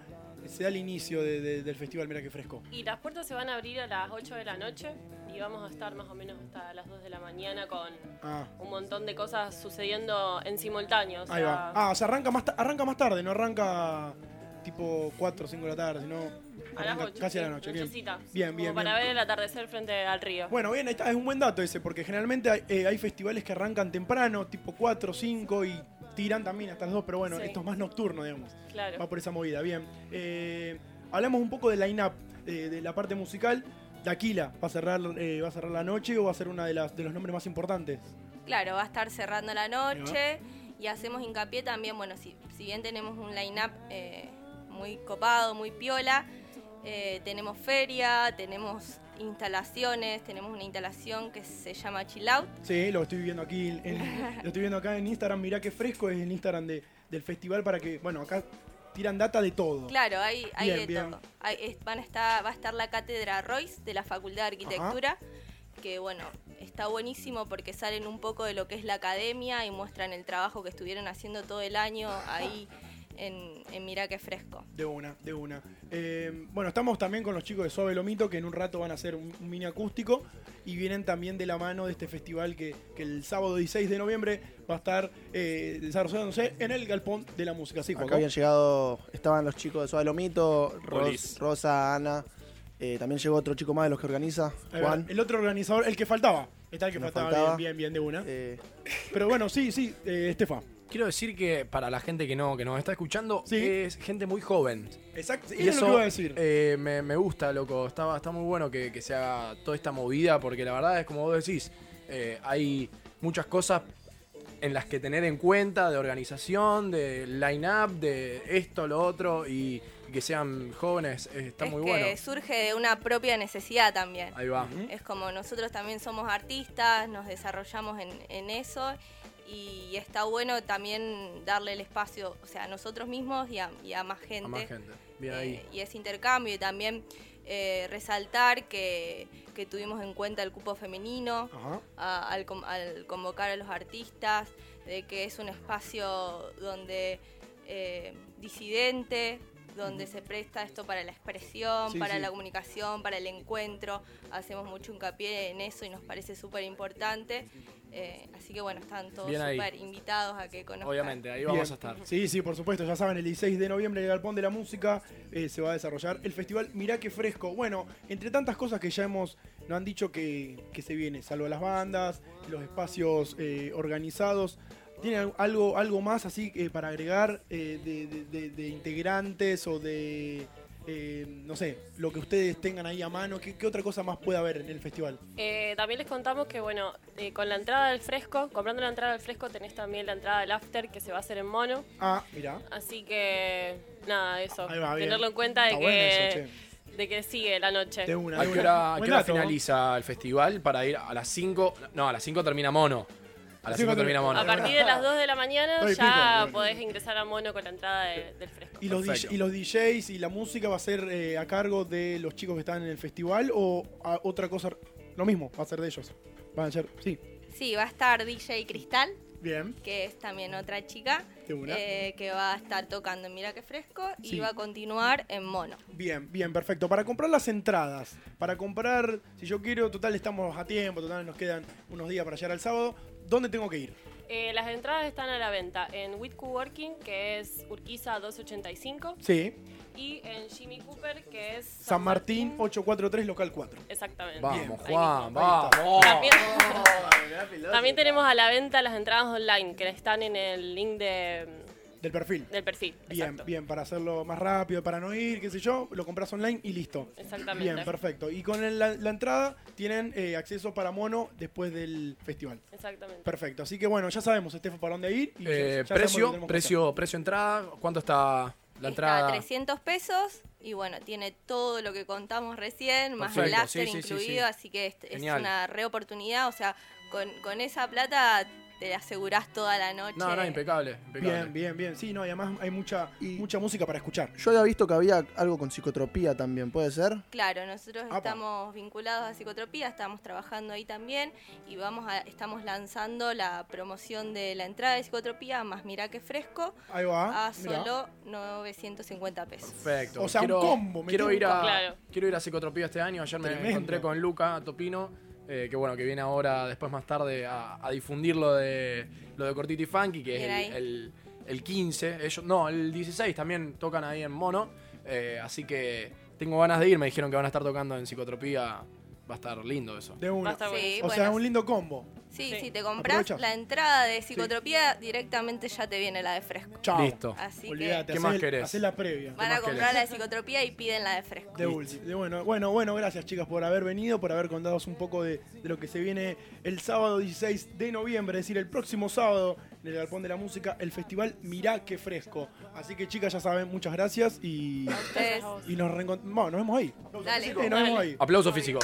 se da el inicio de- de- del festival? Mira qué fresco.
Y las puertas se van a abrir a las 8 de la noche y vamos a estar más o menos hasta las 2 de la mañana con
Ah,
un montón de cosas sucediendo en simultáneo. o
ahí Ah,
sea,
va. Ah, o sea, arranca más, ta- arranca más tarde, no arranca tipo 4 o 5 de la tarde, sino
A las 8.
casi a la noche. Bien,
Nochecita.
bien,
Como
bien.
para
bien.
ver el atardecer frente al río.
Bueno, bien, ahí está, es un buen dato ese, porque generalmente hay, eh, hay festivales que arrancan temprano, tipo 4, 5 y tiran también hasta las 2, pero bueno,
Sí.
esto es más nocturno, digamos.
Claro.
Va por esa movida, bien. Eh, hablamos un poco del line-up, eh, de la parte musical. Daquila, ¿va a cerrar, eh, va a cerrar la noche o va a ser uno de, las- de los nombres más importantes?
Claro, va a estar cerrando la
va.
noche y hacemos hincapié también, bueno, si, si bien tenemos un line-up eh, muy copado, muy piola, eh, tenemos feria, tenemos instalaciones, tenemos una instalación que se llama Chill Out.
Sí, lo estoy viendo aquí, en- lo estoy viendo acá en Instagram, mirá qué fresco es el Instagram de- del festival para que, bueno, acá tiran data de todo.
Claro, hay, hay
Bien,
de
bien.
todo. Hay- es- van a estar, va a estar la cátedra Royce de la Facultad de Arquitectura, que bueno, está buenísimo porque salen un poco de lo que es la academia y muestran el trabajo que estuvieron haciendo todo el año ahí en, en Mirá qué fresco.
De una, de una. Eh, bueno, estamos también con los chicos de Suave Lomito, que en un rato van a hacer un, un mini acústico y vienen también de la mano de este festival que, que el sábado 16 de noviembre va a estar eh, desarrollándose en el Galpón de la Música. Sí,
Acá
Juaco.
habían llegado, estaban los chicos de Suave Lomito, Ros-
Polis.
Rosa, Ana. eh, también llegó otro chico más de los que organiza,
Ahí va,
Juan.
El otro organizador, el que faltaba. Está el que
Nos
faltaba,
faltaba. eh,
Bien, bien, bien, de una. Pero bueno, sí, sí, eh, Estefa.
Quiero decir que para la gente que no que nos está escuchando, es gente muy joven.
Exacto,
Y
eso es lo
eso
que iba a decir.
eh, me, me gusta, loco. Está, está muy bueno que, que se haga toda esta movida, porque la verdad es como vos decís, eh, hay muchas cosas en las que tener en cuenta de organización, de line-up, de esto, lo otro, y que sean jóvenes, eh, está
es
muy
que
bueno.
surge de una propia necesidad también.
Ahí va. ¿Mm?
Es como nosotros también somos artistas, nos desarrollamos en, en eso y está bueno también darle el espacio, o sea, a nosotros mismos y a, y a más gente.
A más gente. Bien
eh,
ahí.
y ese intercambio y también eh, resaltar que, que tuvimos en cuenta el cupo femenino a- al, con- al convocar a los artistas, de que es un espacio donde eh, disidente, donde se presta esto para la expresión,
Sí,
para
sí.
la comunicación, para el encuentro, hacemos mucho hincapié en eso y nos parece súper importante. Eh, así que bueno, están todos
Bien ahí.
súper invitados a que conozcan.
Obviamente, ahí vamos a estar.
Sí, sí, por supuesto, ya saben, el 16 de noviembre en el Galpón de la Música eh, se va a desarrollar el festival Mirá qué fresco. Bueno, entre tantas cosas que ya hemos, nos han dicho que, que se viene, salvo las bandas, los espacios eh, organizados. ¿Tienen algo, algo más así eh, para agregar eh, de, de- de- de integrantes o de, eh, no sé, lo que ustedes tengan ahí a mano? ¿Qué, qué otra cosa más puede haber en el festival?
Eh, también les contamos que, bueno, eh, con la entrada del fresco, comprando la entrada del fresco, tenés también la entrada del after que se va a hacer en mono.
Ah, mirá.
Así que, nada, eso.
Ahí va, bien.
Tenerlo en cuenta de
Está bueno
que,
eso,
de que sigue la noche.
¿A qué hora, a qué
Buen
hora
dato, ¿no?
finaliza el festival para ir a las 5? No, a las 5 termina mono. A las 5 termina mono.
A partir
Eh,
de las 2 de la mañana
Doy
ya
pico.
podés ingresar a mono con la entrada de- del fresco.
¿Y los, DJ y los DJs y la música va a ser eh, a cargo de los chicos que están en el festival o a- otra cosa? Lo mismo, va a ser de ellos. Van a ser, sí.
Sí, va a estar DJ Cristal,
Bien.
que es también otra chica,
De una.
eh, que va a estar tocando en Mira qué fresco
Sí.
y va a continuar en mono.
Bien, bien, perfecto. Para comprar las entradas, para comprar, si yo quiero, total estamos a tiempo, total nos quedan unos días para llegar al sábado, ¿dónde tengo que ir?
Eh, las entradas están a la venta en Whitco Working, que es Urquiza 285,
Sí,
y en Jimmy Cooper, que es San
San Martín 843, local 4.
Exactamente.
Vamos,
Bien.
Juan,
Ahí mismo.
vamos.
También, También tenemos a la venta las entradas online, que están en el link de-
Del perfil.
del perfil.
Bien, bien, para hacerlo más rápido, para no ir, qué sé yo, lo compras online y listo.
Exactamente.
Bien, perfecto. Y con el- la, la entrada tienen eh, acceso para mono después del festival.
Exactamente.
Perfecto, así que bueno, ya sabemos, Estefan, para dónde ir.
Eh,
Y ya sabemos lo que
precio,
tenemos que
precio, precio entrada. ¿Cuánto está la
Está a
entrada?
300 pesos y bueno, tiene todo lo que contamos recién, más el
Perfecto,
láser
sí, sí, sí,
incluido,
sí.
así que este, es, es
Genial.
una reoportunidad, o sea, con, con esa plata te asegurás toda la noche.
No, no, impecable.
hacer. Bien, bien, bien. Sí, no, y además hay mucha, mucha música para escuchar.
Yo había visto que había algo con psicotropía también, ¿puede ser?
Claro, nosotros estamos vinculados a psicotropía, estamos trabajando ahí también y vamos a, estamos lanzando la promoción de la entrada de psicotropía más mirá que fresco
Ahí va,
a
mirá.
solo 950 pesos.
Perfecto.
O sea, un
quiero,
combo, metí
Quiero
un
ir, a,
combo. Claro.
quiero ir a Psicotropía este año. Ayer me
Tremendo.
encontré con Luca Topino, eh, que bueno, que viene ahora, después más tarde, a, a difundir lo de, lo de Cortito y Funky, que
Bien
es
ahí.
el, el- el 15, ellos, no, el 16 también tocan ahí en Mono, eh, así que tengo ganas de ir, me dijeron que van a estar tocando en Psicotropía, va a estar lindo eso.
De una.
estar bueno. Sí,
o sea,
bueno.
es un lindo combo.
Sí, si te compras
Aprovechás.
la entrada de psicotropía, directamente ya te viene la de fresco.
Chao.
Listo.
Así
Olvídate,
¿Qué
hacés
más
el-
querés?
hacés la previa.
que van
más
a comprar
querés?
la de psicotropía y piden la de fresco.
De última. De bueno, bueno, bueno, gracias chicas por haber venido, por haber contado un poco de, de lo que se viene el sábado 16 de noviembre, es decir, el próximo sábado en el Galpón de la Música, el festival Mirá qué fresco. Así que chicas, ya saben, muchas gracias y,
Ustedes,
y nos reencontramos. nos vemos ahí.
Dale.
Sí, nos vemos ahí.
Aplauso físico,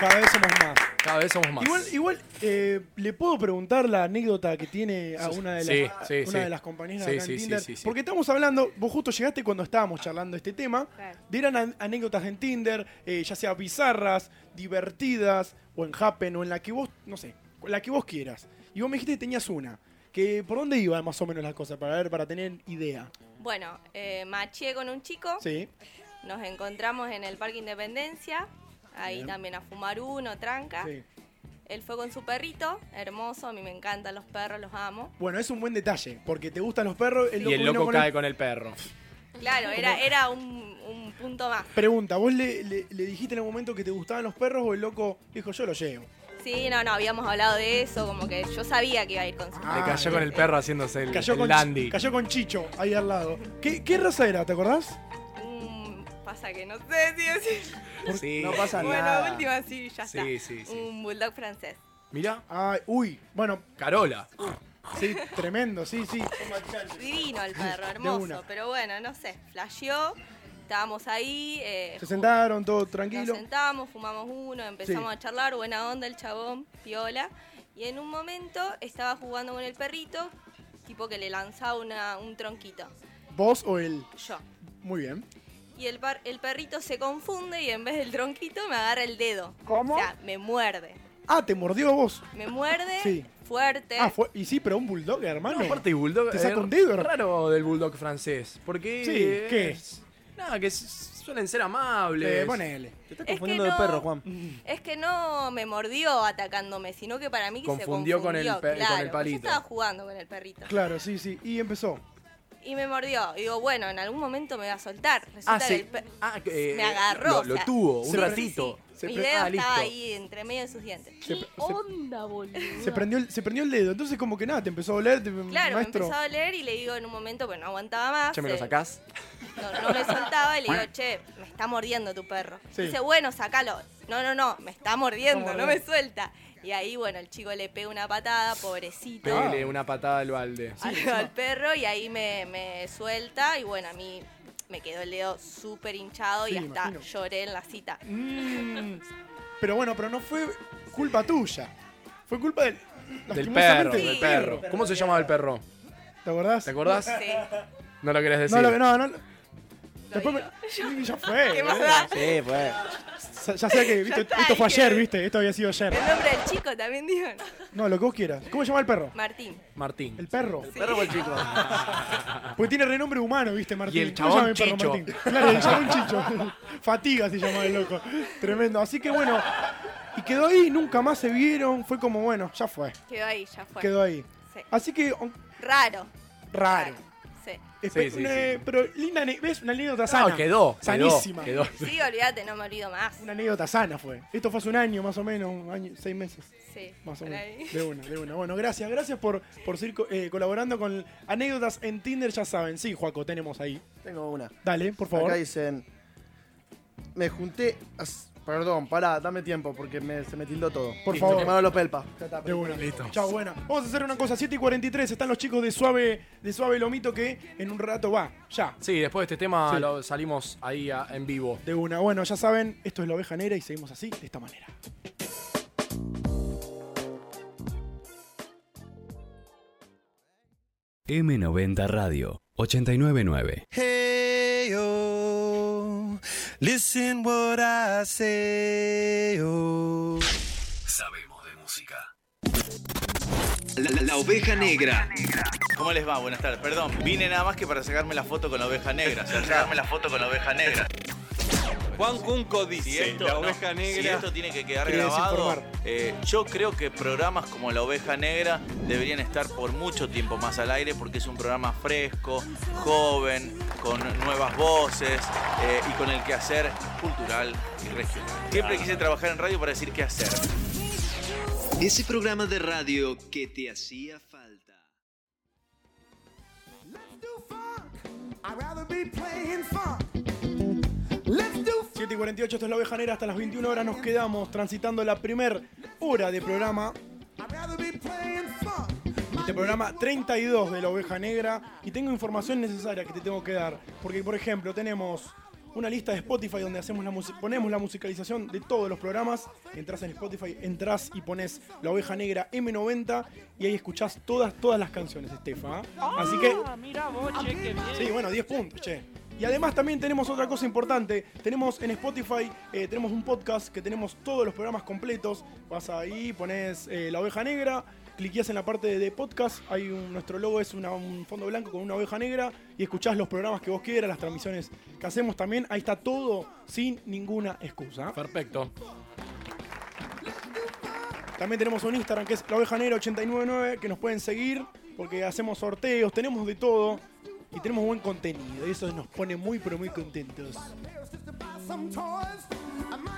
Cada vez somos más.
cada vez somos más.
Igual, igual eh, le puedo preguntar la anécdota que tiene a una de
Sí,
las,
sí,
una
sí.
de las compañeras
Sí,
de acá en
sí, sí,
Tinder.
sí, sí.
Porque estamos hablando, vos justo llegaste cuando estábamos charlando este tema,
Claro.
de eran an- anécdotas en Tinder, eh, ya sea bizarras, divertidas, o en Happen, o en la que vos, no sé, la que vos quieras. Y vos me dijiste que tenías una. Que, ¿Por dónde iba más o menos las cosas? Para ver, para tener idea.
Bueno, eh, maché con un chico,
Sí.
nos encontramos en el Parque Independencia, ahí
Bien.
también a fumar uno, tranca.
sí.
Él fue con su perrito, hermoso, a mí me encantan los perros, los
[laughs]
amo.
Bueno, es un buen detalle, porque te gustan los perros. El
Y el
vino
loco
con
cae con el perro.
Claro, era, era un, un punto más.
Pregunta, ¿vos le, le- le dijiste en el momento que te gustaban los perros o el loco dijo yo lo llevo?
Sí, no, no, habíamos hablado de eso, como que yo sabía que iba a ir con su
Ah,
Le cayó con el perro haciéndose el,
Cayó
el
con,
dandy.
cayó con Chicho ahí al lado. ¿Qué, qué raza era? ¿Te acordás?
Mm, pasa que no sé si decir.
Sí.
No pasa
Bueno,
nada.
última sí, ya está.
Sí, sí, sí.
Un bulldog francés.
Mirá,
Ay, uy, bueno,
Carola.
sí, tremendo, sí, sí.
Divino el perro,
una.
hermoso. Pero bueno, no sé, flasheó. Estábamos ahí, eh,
Se sentaron, todo
nos
tranquilo.
sentamos, fumamos uno, empezamos
Sí.
a charlar, buena onda el chabón, piola. Y en un momento estaba jugando con el perrito, tipo que le lanzaba una- un tronquito.
¿Vos o él?
Yo.
Muy bien.
Y el, par- el perrito se confunde y en vez del tronquito me agarra el dedo. ¿Cómo? O sea, me muerde.
Ah, te mordió a vos.
Me muerde
Sí.
fuerte.
Ah, fue, y sí, pero un bulldog, hermano.
Aparte, el bulldog.
Te
es
saca un dedo, hermano.
raro del bulldog francés. Porque.
Sí, ¿qué?
es- Nada, que s- suelen ser amables.
Eh, ponele.
Te estás
que
confundiendo
no.
de perro, Juan.
Es que no me mordió atacándome, sino que para mí que
Confundió
se
con el
confundió.
pe- con el
claro, porque
palito.
Yo estaba jugando con el perrito.
Claro, sí, sí. Y empezó.
Y me mordió. Y digo, bueno, en algún momento me va a soltar. Resulta
Ah,
que el
sí.
pe-
Ah, que, eh,
me agarró.
Lo,
o
lo
sea,
tuvo un
sí,
ratito.
sí.
Se
Mi
pre-
dedo
ah,
estaba
listo.
ahí entre medio de sus dientes.
Se, pre- se-
onda, boludo?
se prendió el, se prendió el dedo. Entonces, como que nada, te empezó a doler. te-
Claro,
maestro.
me empezó a doler y le digo en un momento, pues no aguantaba más.
Che, me lo
eh,
sacás.
No, no me soltaba y le
[laughs]
digo, che, me está mordiendo tu perro.
Sí.
Dice, bueno, sacalo. No, no, no, me está mordiendo,
Está
no me
mordiendo.
suelta. Y ahí, bueno, el chico le pega una patada, pobrecito,
Pele una patada al balde.
al, al perro y ahí me, me suelta. Y bueno, a mí me quedó el dedo súper hinchado
Sí,
y hasta
imagino.
lloré en la cita. [laughs]
Mm, pero bueno, pero no fue culpa tuya. Fue culpa del,
Del
lastimosamente,
perro, del
Sí.
perro. ¿Cómo se llamaba el perro?
¿Te acordás?
¿Te acordás?
Sí.
No lo querés decir.
No, lo- no, no. lo-
Lo
Después me-
digo.
ya fue.
[laughs] ¿Qué más
boludo.
da?
Sí, pues.
Sa- Ya sé que viste,
está,
esto fue
hay que-
ayer, viste. Esto había sido ayer.
El nombre del chico también digo. ¿no?
No, lo que vos quieras. ¿Cómo se llama el perro?
Martín.
Martín. Ah,
El perro. Ah.
Perro o el chico.
Pues tiene renombre humano, viste, Martín.
Y el
¿Cómo se llama
chabón
perro
Chicho.
Martín? Claro, el chabón chicho. [laughs] Fatiga se llamaba el loco. Tremendo. Así que bueno. Y quedó ahí, nunca más se vieron. Fue como, bueno, ya fue.
Quedó ahí, ya fue.
Quedó ahí.
Sí.
Así que, on-
Raro.
raro.
Sí.
Sí,
Espe-
sí,
una-
sí.
Pero linda, ane- ¿ves? Una anécdota sana.
No, quedó. quedó,
Sanísima.
Quedó.
Sí, olvídate, no me olvido más.
Una anécdota sana fue. Esto fue hace un año más o menos, un año, seis meses.
Sí.
Más o
por
menos.
ahí.
De una, de una. Bueno, gracias, gracias por, por seguir co- eh, colaborando con anécdotas en Tinder, ya saben. Sí, Juaco, tenemos ahí.
Tengo una.
Dale, por favor.
Acá dicen. Me junté. as- Perdón, pará, dame tiempo porque me- se me tildó todo.
Por
Listo,
favor.
Quemaron los pelpas.
De una. Chao, buena. Vamos a hacer una cosa, 7 y 43. Están los chicos de Suave, de Suave Lomito que en un rato va. Ya.
Sí, después de este tema
Sí.
lo salimos ahí a- en vivo.
De una. Bueno, ya saben, esto es La Oveja Negra y seguimos así, de esta manera.
M90 Radio 899.
Hey, oh, listen what I say, oh.
Sabemos de música.
La, la- la oveja negra.
¿Cómo les va? Buenas tardes. Perdón, vine nada más que para sacarme la foto con la oveja negra. O sea, sacarme la foto con la oveja negra.
Juan Cunco dice,
Si esto,
la
no,
oveja negra...
si esto tiene que quedar
quiere
grabado,
desinformar.
eh, yo creo que programas como La Oveja Negra deberían estar por mucho tiempo más al aire porque es un programa fresco, joven, con nuevas voces eh, y con el quehacer cultural y regional. Siempre quise trabajar en radio para decir qué hacer.
Ese programa de radio que te hacía falta.
I'd rather be playing funk.
7 y 48, esto es la oveja negra, hasta las 21 horas nos quedamos transitando la primer hora de programa. Este programa 32 de la oveja negra y tengo información necesaria que te tengo que dar. Porque, por ejemplo, tenemos una lista de Spotify donde hacemos la musi- ponemos la musicalización de todos los programas. Entrás en Spotify, entras y pones la oveja negra M90 y ahí escuchás todas, todas las canciones, Estefa. ¿ah? Así que Ah,
Mira vos, che, qué bien.
Sí, bueno, 10 puntos, che. Y además también tenemos otra cosa importante. Tenemos en Spotify, eh, tenemos un podcast que tenemos todos los programas completos. Vas ahí, pones eh, la oveja negra, cliqueas en la parte de podcast. Hay un- nuestro logo es una- un fondo blanco con una oveja negra y escuchás los programas que vos quieras, las transmisiones que hacemos también. Ahí está todo sin ninguna excusa.
Perfecto.
También tenemos un Instagram que es la oveja negra 899 que nos pueden seguir porque hacemos sorteos, tenemos de todo y tenemos buen contenido. Y eso nos pone muy pero muy contentos.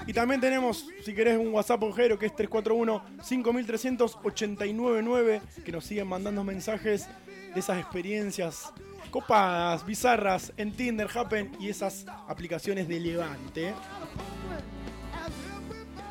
Y también tenemos, si querés, un WhatsApp ojero que es 341-5300-899, que nos siguen mandando mensajes de esas experiencias copadas, bizarras en Tinder, Happen y esas aplicaciones de Levante.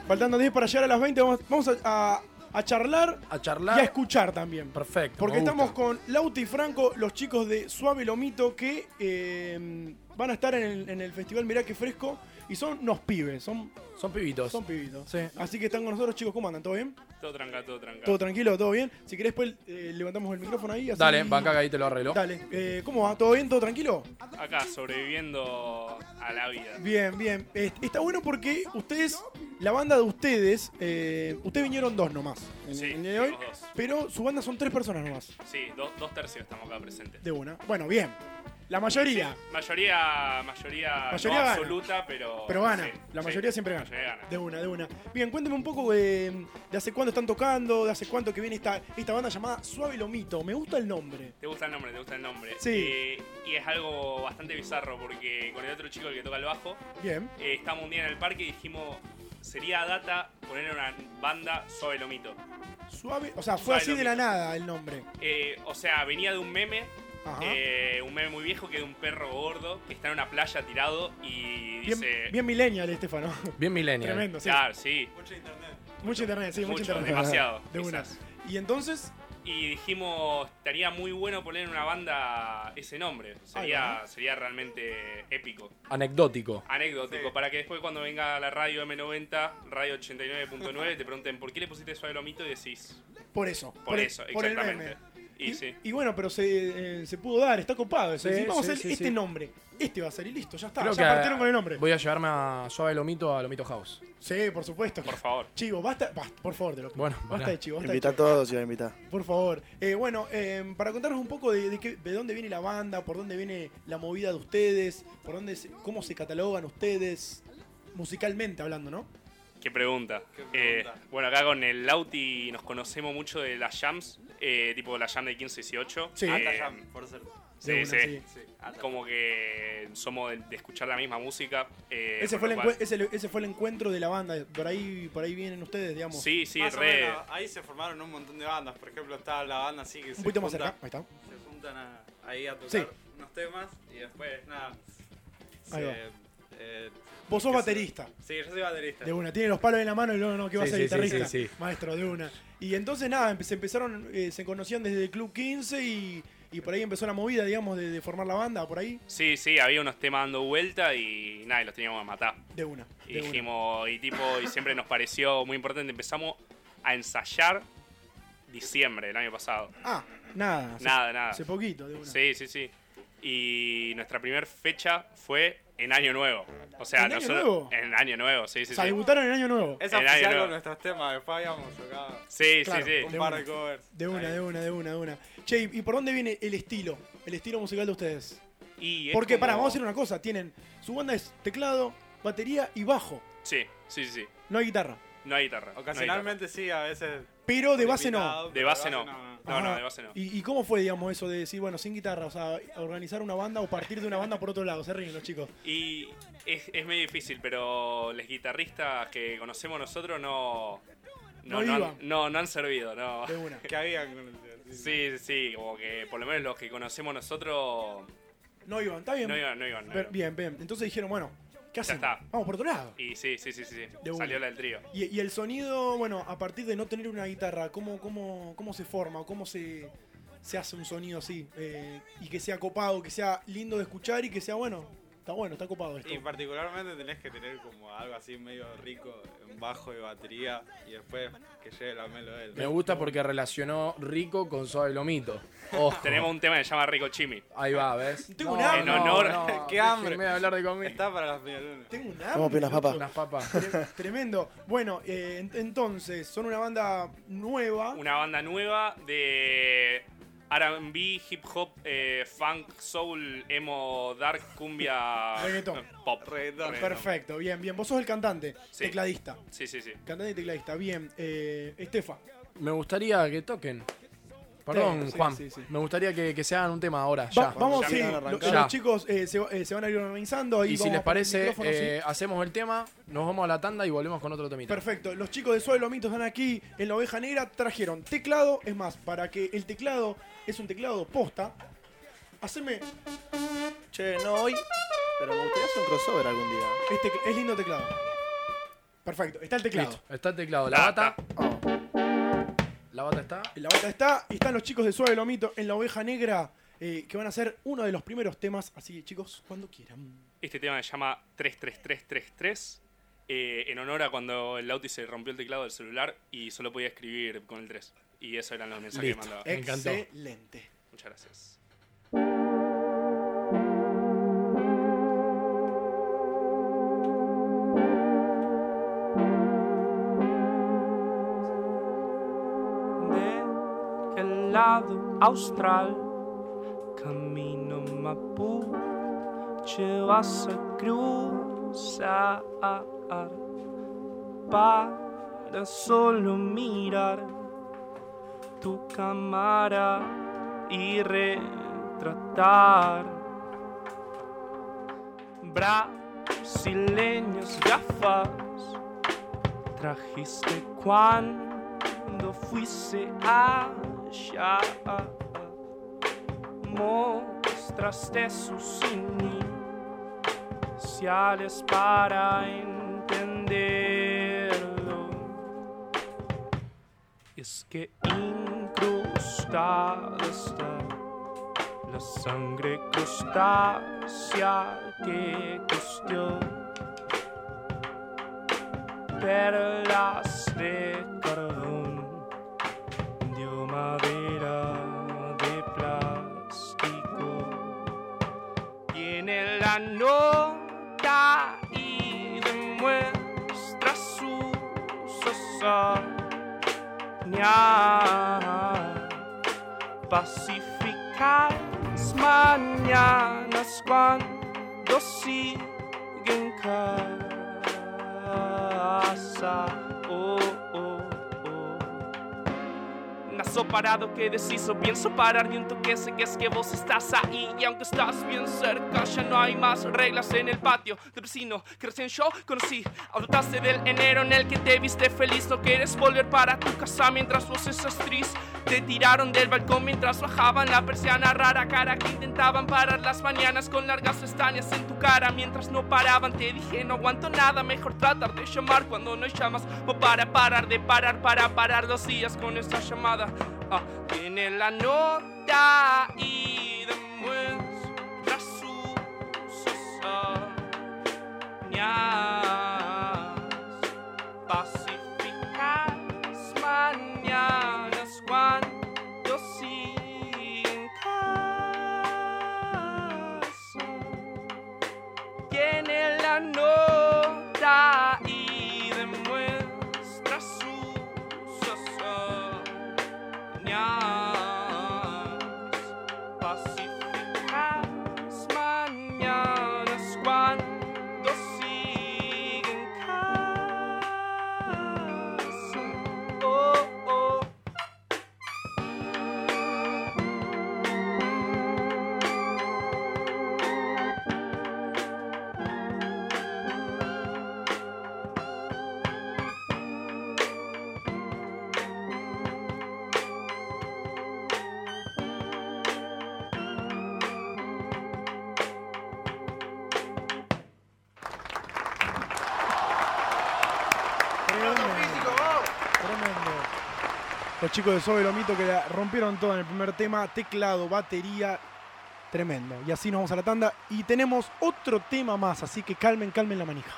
Faltando 10 para llegar a las 20, vamos, vamos a, a- a charlar
A charlar.
y a escuchar también.
Perfecto.
Porque
me gusta.
estamos con Lauti y Franco, los chicos de Suave Lomito, que eh, van a estar en el, en el festival Mirá qué fresco. Y son unos pibes, son,
son pibitos.
Son pibitos.
Sí.
Así que están con nosotros, chicos. ¿Cómo andan? ¿Todo bien?
Todo tranca, todo tranca.
¿Todo tranquilo? ¿Todo bien? Si querés, después eh, levantamos el micrófono ahí. así-
Dale, banca que ahí te lo arreglo.
Dale. Eh, ¿Cómo va? ¿Todo bien? ¿Todo tranquilo?
Acá, sobreviviendo a la vida.
Bien, bien. Eh, está bueno porque ustedes, la banda de ustedes, eh, ustedes vinieron dos nomás. en-
Sí,
en el día de hoy,
fuimos dos.
pero su banda son tres personas nomás.
Sí, do- dos tercios estamos acá presentes.
De una. Bueno, bien. La mayoría.
Mayoría, mayoría,
Mayoría
no
gana.
absoluta, pero.
Pero gana,
sí,
la
sí,
mayoría siempre
la
gana.
mayoría gana.
De una, de una. Bien, cuéntame un poco eh, de hace cuándo están tocando, de hace cuánto que viene esta, esta banda llamada Suave Lomito. Me gusta el nombre.
Te gusta el nombre, te gusta el nombre.
Sí.
Eh, y es algo bastante bizarro porque con el otro chico el que toca el bajo,
Bien.
eh, estábamos un día en el parque y dijimos, sería data poner una banda suave lomito.
Suave, o sea, fue
Suave
así de la nada el nombre.
Eh, o sea, venía de un meme,
Ajá.
eh, un meme muy viejo que es de un perro gordo que está en una playa tirado y
Bien,
dice...
bien millennial, Estefano.
[laughs] Bien millennial.
Tremendo, sí.
Claro, sí.
Mucho internet, sí, mucho,
Mucho,
internet.
demasiado,
[laughs] De una.
quizás.
Y entonces,
Y dijimos, estaría muy bueno poner en una banda ese nombre. Sería, sería realmente épico.
Anecdótico.
Anecdótico, para que después cuando venga la radio M90, radio 89.9, te pregunten por qué le pusiste suave lomito y decís,
por eso.
por,
el-
eso,
por el
exactamente.
meme.
y, sí.
Y bueno, pero se, eh, se pudo dar, está copado. eso.
Sí,
Decís, vamos
sí,
a hacer
sí,
este
sí.
nombre. Este va a ser y listo, ya está.
Creo
ya
que
partieron con el nombre.
Voy a llevarme a Suave Lomito a Lomito House.
Sí, por supuesto. Por
favor.
Chivo, basta, basta, por favor, te lo
Bueno,
basta
pará.
de chivo, basta de
Invita a todos, yo invita.
Por favor. Eh, bueno, eh, para contarnos un poco de, de qué- de dónde viene la banda, por dónde viene la movida de ustedes, por dónde se- cómo se catalogan ustedes, musicalmente hablando, ¿no?
Qué pregunta. Eh, bueno, acá con el Lauti nos conocemos mucho de las jams, eh, tipo la jam de 15 18.
Sí.
Eh,
Alta
jam, por ser.
De
Sí,
una,
sí.
sí.
Como que somos de, de escuchar la misma música. eh,
Ese
con
fue, el
lo cual-
encue- ese, ese fue el encuentro de la banda, por ahí, por ahí vienen ustedes, digamos.
Sí, sí,
Más o
re.
menos, ahí se formaron un montón de bandas. Por ejemplo, está la banda así que se
Un poquito más
junta-
cerca, ahí está.
Se juntan a- ahí a tocar
Sí.
unos temas y después, nada.
Ahí
se-
va.
eh,
Vos sos
que se-
baterista.
Sí, yo soy baterista.
De una, tiene los palos en la mano y luego no, que va
Sí,
a ser
sí, sí,
guitarrista.
sí, sí.
Maestro, de una. Y entonces nada, empe- se empezaron, eh, se conocían desde el Club 15 y, y por ahí empezó la movida, digamos, de, de formar la banda, por ahí,
Sí, sí, había unos temas dando vuelta y nada, y los teníamos que matar.
de una.
Y
de una.
dijimos, y tipo, y siempre nos pareció muy importante. Empezamos a ensayar diciembre del año pasado.
Ah, nada. hace-
Nada, nada.
Hace poquito, de una.
Sí, sí, sí. Y nuestra primera fecha fue en Año Nuevo. O sea,
¿En Año
nosotros.
Nuevo?
En Año Nuevo, sí, sí.
Se
sí.
debutaron en Año Nuevo.
Es
En Año
oficial
Nuevo.
con nuestros temas. Después habíamos tocado
Sí,
Claro,
sí, sí.
un par de covers.
De una, de una, de una, de una. Che, ¿y por dónde viene el estilo? El estilo musical de ustedes.
Y es
Porque, pará,
como-
vamos a decir una cosa. Tienen, su banda es teclado, batería y bajo.
Sí, sí, sí.
No hay guitarra.
No hay guitarra. no hay
Ocasionalmente sí, a veces.
Pero de base
guitarra.
no.
De base no. No, no,
Ajá.
de base no.
¿Y, y cómo fue, digamos, eso de decir, bueno, sin guitarra, o sea, organizar una banda o partir de una banda por otro lado? Se ríen los chicos.
Y es, es medio difícil, pero los guitarristas que conocemos nosotros no.
No
No, no, han,
iban.
no, no han servido, no.
De una.
Que habían
[laughs]
con el
Sí, sí, como que por lo menos los que conocemos nosotros
No iban, está bien.
No iban, no iban, no
Ver-
iban.
Bien, bien. Entonces dijeron, bueno, ¿qué hacemos?
está.
Vamos por otro lado.
Y sí, sí, sí, sí. sí.
De una.
Salió la del trío.
Y, y el sonido, bueno, a partir de no tener una guitarra, ¿cómo, cómo, cómo se forma? o ¿Cómo se, se hace un sonido así? Eh, y que sea copado, que sea lindo de escuchar y que sea bueno. Está bueno, está copado esto.
Y particularmente tenés que tener como algo así medio rico en bajo y batería y después que lleve la melo él.
Me gusta porque relacionó rico con
[laughs]
suave lomito. Ojo.
Tenemos un tema que se llama Rico Chimi.
Ahí va, ¿ves?
[laughs]
Tengo un hambre. En honor- Qué hambre.
déjenme hablar de comida.
Está para las medialunas.
Tengo un
Vamos a pedir unas papas.
Unas papas.
Tre- Tremendo. Bueno, eh, ent- entonces, son una banda nueva.
Una banda nueva de RB, hip hop, eh, funk, soul, emo, dark,
[laughs]
cumbia. eh,
Reggaetón.
Pop.
Perfecto, bien, bien. Vos sos el cantante,
Sí.
tecladista.
Sí, sí, sí.
Cantante y tecladista, bien. Eh, Estefa.
Me gustaría que toquen. Perdón,
Sí, sí,
Juan.
sí, sí.
Me gustaría que, que se hagan un tema ahora.
Va-
Ya.
vamos, sí.
Ya.
lo- Los chicos eh, se, va- eh, se van a ir organizando. ahí
Y si
vamos
les
a poner
parece,
micrófonos, sí.
eh, hacemos el tema, nos vamos a la tanda y volvemos con otro temita.
Perfecto, los chicos de Suave Lomitos están aquí en la oveja negra, trajeron teclado, es más, para que el teclado es un teclado posta, haceme
Che, no hoy, pero me gustaría hacer un crossover algún día.
este, es lindo teclado. Perfecto, está el teclado.
Listo, Está el teclado. La bata. Oh. La bata está.
La bata está, y están los chicos de Suave Lomito en la oveja negra, eh, que van a ser uno de los primeros temas, así que chicos, cuando quieran.
Este tema se llama 33333. eh, en honor a cuando el Lauti se rompió el teclado del celular y solo podía escribir con el 3. Y eso eran los mensajes
Listo.
que mandaba.
Me encantó.
Excelente.
Muchas gracias.
del lado austral camino mapuche vas a cruzar para solo mirar tu cámara y retratar brasileñas gafas trajiste cuán cuando fuiste allá mostraste sus iniciales para entenderlo es que incrustada está la sangre crustácea que costeó perlas de carbón, dio madera de plástico. Tiene la nota y demuestra su soñar. Pacificar las mañanas cuando siguen caer casa. Oh, oh, oh. Nazo parado que deshizo, pienso parar de un toque, sé que es que vos estás ahí y aunque estás bien cerca ya no hay más reglas en el patio del vecino que recién yo conocí. Adotaste del enero en el que te viste feliz, no quieres volver para tu casa mientras vos estás triste. Te tiraron del balcón mientras bajaban la persiana rara cara que intentaban parar las mañanas con largas pestañas en tu cara mientras no paraban. Te dije no aguanto nada, mejor tratar de llamar cuando no llamas o para parar de parar para parar los días con esa llamada. Ah, tiene la nota y demuestra su soñar pacificar las mañanas cuando sin casa tiene la nota y demuestra su soñar. Pacificar Oh,
Los chicos de Sobe Lomito que la rompieron todo en el primer tema. Teclado, batería. Tremendo. Y así nos vamos a la tanda. Y tenemos otro tema más, así que calmen, calmen la manija.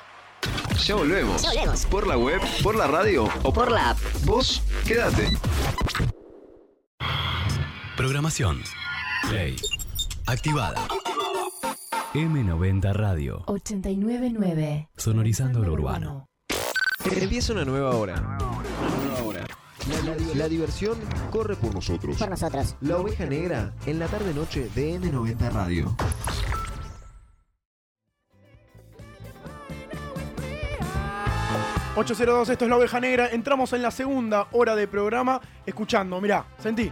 Ya volvemos. Por la web, por la radio o por la app. Vos, quédate.
Programación. Play. Activada. M90 Radio.
899.
Sonorizando lo urbano.
Empieza una nueva hora. Nueva hora. La, la- la diversión corre por nosotros. Por nosotros. La oveja negra en la tarde-noche de N90 Radio.
Ah. 802, esto es La Oveja Negra. Entramos en la segunda hora de programa escuchando. Mirá, sentí.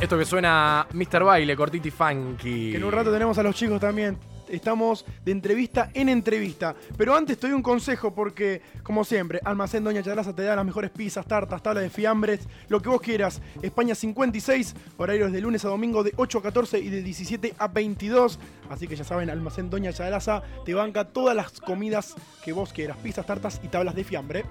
Esto que suena Mr. Baile, cortiti funky.
Que en un rato tenemos a los chicos también. Estamos de entrevista en entrevista. Pero antes te doy un consejo porque, como siempre, Almacén Doña Chalaza te da las mejores pizzas, tartas, tablas de fiambres, lo que vos quieras. España 56, horarios de lunes a domingo de 8 a 14 y de 17 a 22. Así que ya saben, Almacén Doña Chalaza te banca todas las comidas que vos quieras. Pizzas, tartas y tablas de fiambre.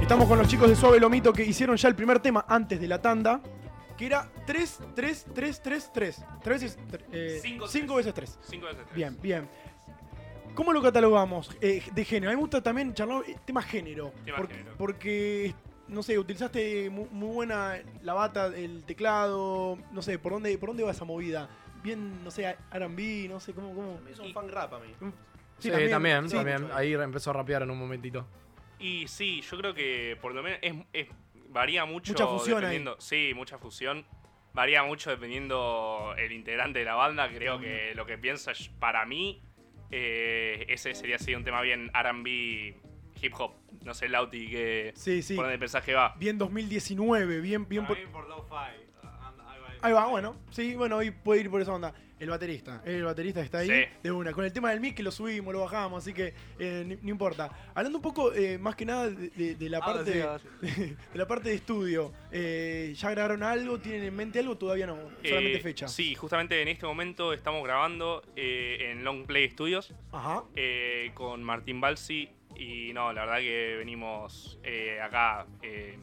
Estamos con los chicos de Suave Lomito que hicieron ya el primer tema antes de la tanda, que era 3, 3, 3, 3, 3. 3 es, eh,
Cinco,
cinco veces 3.
Cinco veces tres.
Bien, bien. ¿Cómo lo catalogamos eh, de género? A mí me gusta también charlar eh, tema género.
Tema
porque,
género.
porque, no sé, utilizaste mu- muy, buena la bata, el teclado, no sé, ¿por dónde, por dónde va esa movida? Bien, no sé, R&B, no sé, ¿cómo? cómo?
Me hizo un fan rap a mí.
Mm. Sí,
Sí,
también,
también,
también.
sí.
Ahí re- empezó a rapear en un momentito.
Y sí, yo creo que por lo menos es, es- varía mucho.
Mucha fusión ahí.
dependiendo, Sí, mucha fusión. Varía mucho dependiendo el integrante de la banda. Creo
Mm.
que lo que piensa yo- para mí, eh, ese sería así un tema bien RB, hip hop. No sé, Lauti, que
Sí, sí.
por dónde pensás que va.
Bien 2019, bien, bien por...
Por lo-fi.
Ahí va, bueno. Sí, bueno, hoy puede ir por esa onda. El baterista. El baterista está ahí
Sí.
de una. Con el tema del mic que lo subimos, lo bajamos, así que eh, ni- no importa. Hablando un poco eh, más que nada de, de- de la
Ahora
parte
sí, ahora
[laughs] de, la parte de estudio. eh, ¿Ya grabaron algo? ¿Tienen en mente algo? Todavía no. Solamente
Eh,
fecha.
Sí, justamente en este momento estamos grabando eh, en Long Play Studios
Ajá.
eh, con Martín Balsi. Y no, la verdad que venimos eh, acá eh,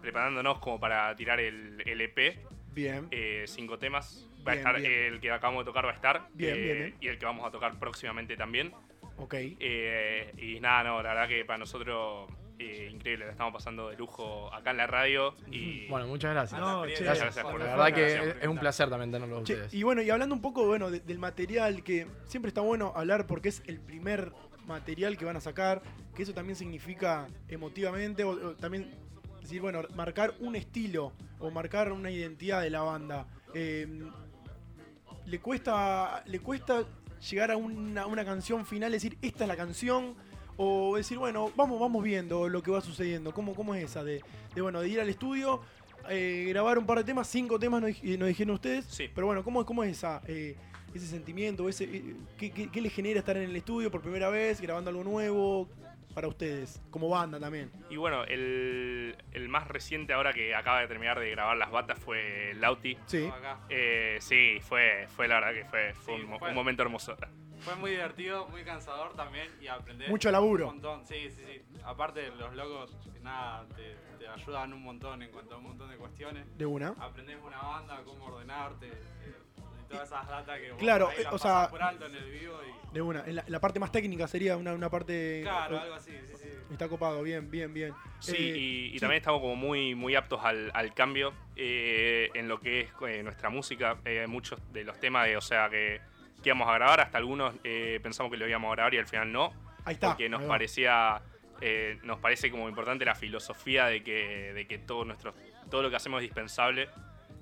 preparándonos como para tirar el, el EP.
Bien.
Eh, cinco temas. Va
Bien,
a estar
bien.
el que acabamos de tocar, va a estar.
Bien,
eh,
bien, bien.
Y el que vamos a tocar próximamente también.
Ok.
Eh, y nada, no, la verdad que para nosotros eh, increíble, la estamos pasando de lujo acá en la radio. Y
Bueno, muchas gracias.
No, che.
gracias, gracias por
La
la
verdad
verdad que
que
es un placer también tenerlo a
Che,
ustedes.
y bueno, y hablando un poco bueno, de- del material, que siempre está bueno hablar porque es el primer material que van a sacar, que eso también significa emotivamente, o, o también decir, bueno, marcar un estilo o marcar una identidad de la banda. Eh, le cuesta. Le cuesta llegar a una, una canción final, decir, esta es la canción. O decir, bueno, vamos, vamos viendo lo que va sucediendo. ¿Cómo, cómo es esa? De, de, bueno, de ir al estudio, eh, grabar un par de temas, cinco temas nos, dij- nos dijeron ustedes. Pero bueno, ¿cómo, cómo es esa, eh, ese sentimiento? Ese, eh, ¿qué, qué, qué les genera estar en el estudio por primera vez, grabando algo nuevo para ustedes? Como banda también.
Y bueno, el, el más reciente ahora que acaba de terminar de grabar las batas fue Lauti.
Sí.
Eh, sí, fue, fue la verdad que fue, fue un, mo-
fue.
un momento hermoso.
Fue muy divertido, muy cansador también y aprender.
Mucho laburo.
Un montón, sí, sí, sí. Aparte, los locos, nada, te, te ayudan un montón en cuanto a un montón de cuestiones.
De una.
Aprendes una banda, cómo ordenarte, eh, y todas esas datas que vos
Claro,
por ahí
eh,
las
o sea-
pasás por alto en el vivo y.
De una. En la, la parte más técnica sería una, una parte.
Claro, algo así, sí, sí.
Está copado, bien, bien, bien.
Sí,
Eh,
y, y
sí.
también estamos como muy, muy aptos al, al cambio eh, en lo que es eh, nuestra música. Eh, muchos de los temas, de, o sea, que, que íbamos a grabar, hasta algunos eh, pensamos que lo íbamos a grabar y al final no.
Ahí está,
Porque nos
ahí va.
parecía, eh, nos parece como importante la filosofía de que, de que todo, nuestro, todo lo que hacemos es dispensable.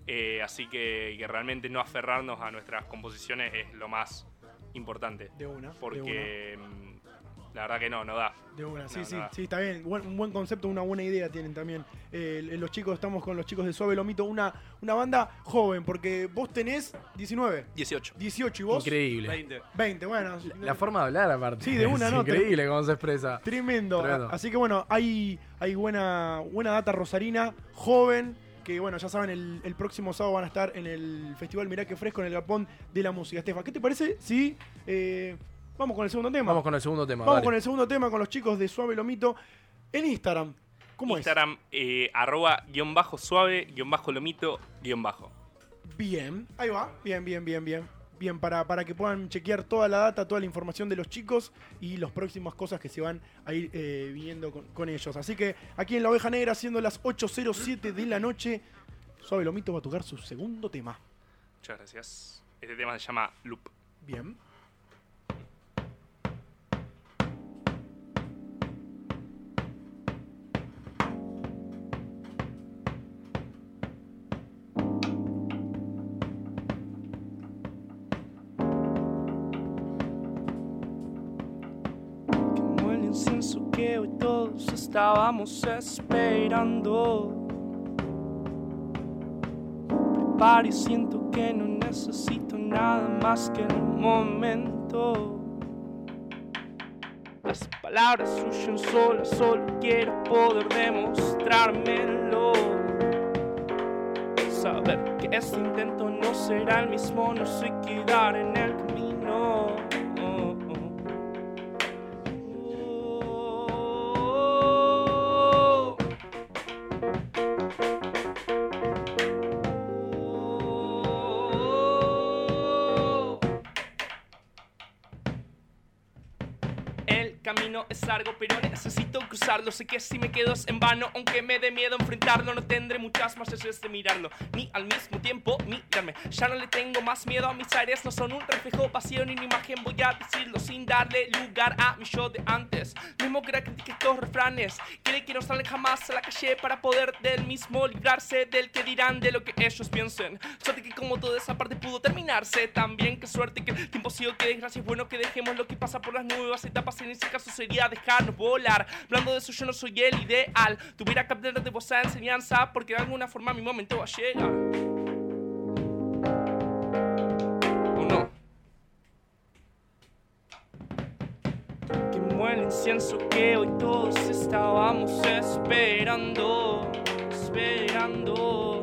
Eh, así que, que realmente no aferrarnos a nuestras composiciones es lo más importante.
De una, de
Porque mm, la verdad que no, no da.
De una, sí,
No,
sí,
no da.
sí, está bien. Buen- un buen concepto, una buena idea tienen también. Eh, los chicos, estamos con los chicos de Suave Lomito, una, una banda joven, porque vos tenés 19.
18.
18 y vos.
Increíble.
20. 20, bueno.
La forma de hablar, aparte.
Sí, de una,
es
¿no?
Increíble cómo se expresa.
Tremendo.
Tremendo.
A- Así que bueno, hay, hay buena, buena data rosarina, joven, que bueno, ya saben, el, el próximo sábado van a estar en el Festival Mirá que Fresco en el Galpón de la Música. Estefa, ¿qué te parece si eh, Vamos con el segundo tema.
Vamos con el segundo tema.
Vamos
dale.
con el segundo tema con los chicos de Suave Lomito en Instagram. ¿Cómo
Instagram, eh, arroba guión bajo suave, guión bajo lomito, guión bajo.
es? Bien, ahí va. Bien, bien, bien, bien. Bien, para, para que puedan chequear toda la data, toda la información de los chicos y las próximas cosas que se van a ir eh, viniendo con, con ellos. Así que aquí en La Oveja Negra, siendo las 8.07 de la noche, Suave Lomito va a tocar su segundo tema.
Muchas gracias. Este tema se llama Loop.
Bien.
como el incienso que hoy todos estábamos esperando. Preparo y siento que no necesito nada más que el momento. Las palabras huyen solas, solo quiero poder demostrármelo. Saber que este intento no será el mismo, no sé quedar en el camino. El camino es largo, pero necesito cruzarlo. Sé que si me quedo es en vano, aunque me dé miedo enfrentarlo. No tendré muchas más veces de mirarlo, ni al mismo tiempo mirarme. Ya no le tengo más miedo a mis aires, no son un reflejo vacío ni una imagen. Voy a decirlo sin darle lugar a mi yo de antes. Mismo que era critique estos refranes, quiere que no salen jamás a la calle para poder del mismo librarse del que dirán de lo que ellos piensen. Suerte que como toda esa parte pudo terminarse también. Qué suerte que el tiempo ha sido que desgracia es bueno que dejemos lo que pasa por las nuevas etapas. En ese caso sería dejarnos volar. Hablando de eso, yo no soy el ideal. Tuviera que aprender de vos a enseñanza porque de alguna forma mi momento va a llegar. Quemó el incienso que hoy todos estábamos esperando, esperando.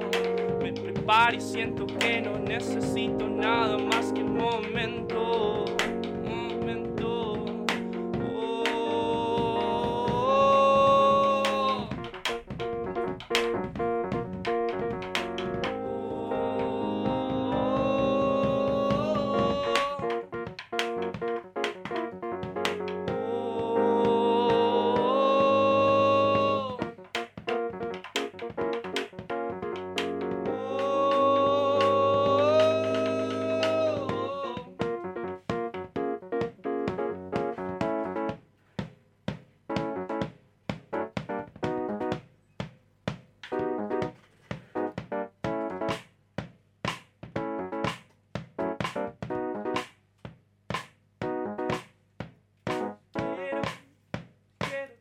Me preparo y siento que no necesito nada más que un momento. un momento.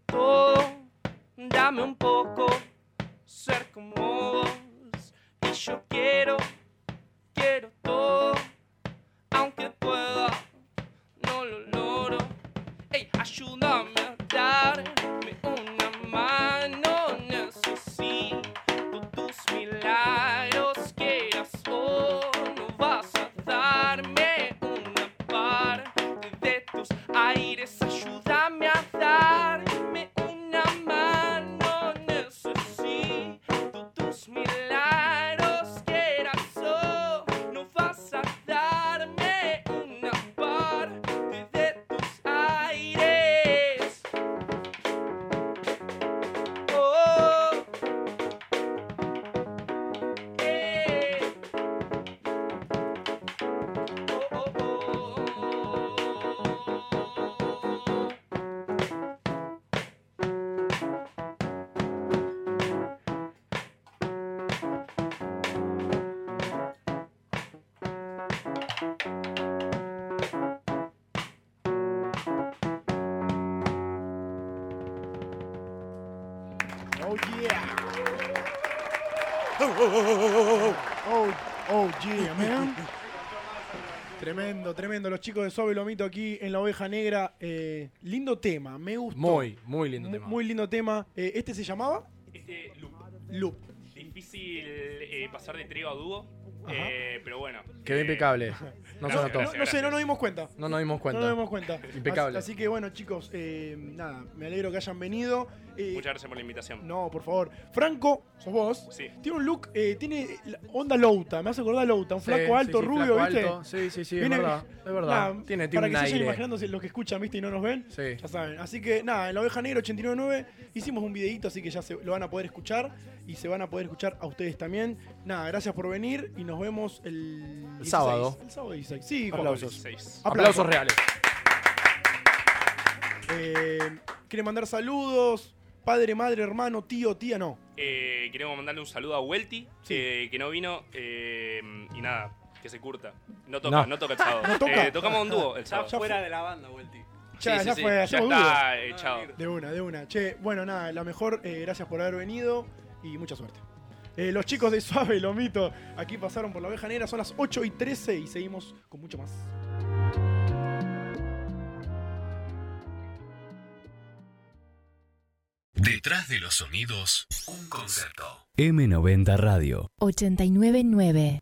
todo, oh. dame un poco, ser como vos. Y yo quiero, quiero todo, aunque pueda, no lo logro. Ey, ayúdame a darme una mano, necesito tus milagros, quieras o no vas a darme una par de tus aires, ayúdame a darme una mano. Necesito tus milagros, quieras o no vas a darme una parte de tus aires. Oh, eh.
Oh yeah. Oh, oh, oh, oh, oh, oh. Oh, yeah, man. Tremendo, tremendo. Los chicos de Suave Lomito aquí en La Oveja Negra. Eh, lindo tema, me gustó.
Muy, muy lindo
Mu-
tema.
Muy lindo tema. Eh, ¿Este se llamaba?
Este loop.
Loop.
Difícil eh, pasar de trío a dúo. Eh, pero bueno.
Quedó impecable. No se
Gracias,
notó.
gracias,
No sé, no nos dimos cuenta.
No nos dimos cuenta.
No nos dimos cuenta.
[laughs] Impecable.
Así, así que bueno, chicos, eh, nada, me alegro que hayan venido. Eh,
Muchas gracias por la invitación.
no, por favor. Franco, sos vos. Tiene un look, eh, tiene la onda Louta, me hace acordar a Louta, un
Sí,
flaco
sí,
alto,
sí,
rubio,
flaco
¿viste?
alto. Sí, sí, sí, es
Viene-
verdad, es verdad.
Nada,
Tiene- tiene
para
un
que se vayan
aire.
imaginándose los que escuchan, ¿viste? Y no nos ven.
Sí.
Ya saben. Así que nada, en la oveja negra 899 hicimos un videito, así que ya se, lo van a poder escuchar y se van a poder escuchar a ustedes también. Nada, gracias por venir y nos vemos el, 16,
sábado.
El sábado 16. Sí, Juan
Aplausos.
Pablo.
Aplausos reales.
Eh, ¿Quiere mandar saludos? Padre, madre, hermano, tío, tía, no.
Eh, queremos mandarle un saludo a Welty, que, que no vino. eh, y nada, que se curta. No toca,
No.
no, toca el sábado.
[laughs] No toca.
Eh, tocamos un dúo el sábado.
Ya fue.
de la banda, Vuelti.
Ya,
Sí,
ya
sí,
fue,
sí,
hacemos
está eh,
dúo.
echado.
De una, de una. Che, bueno, nada, la mejor, eh, gracias por haber venido y mucha suerte. Eh, los chicos de Suave, lo mito, aquí pasaron por la oveja negra, son las 8 y 13 y seguimos con mucho más.
Detrás de los sonidos, un concepto.
M90 Radio.
899.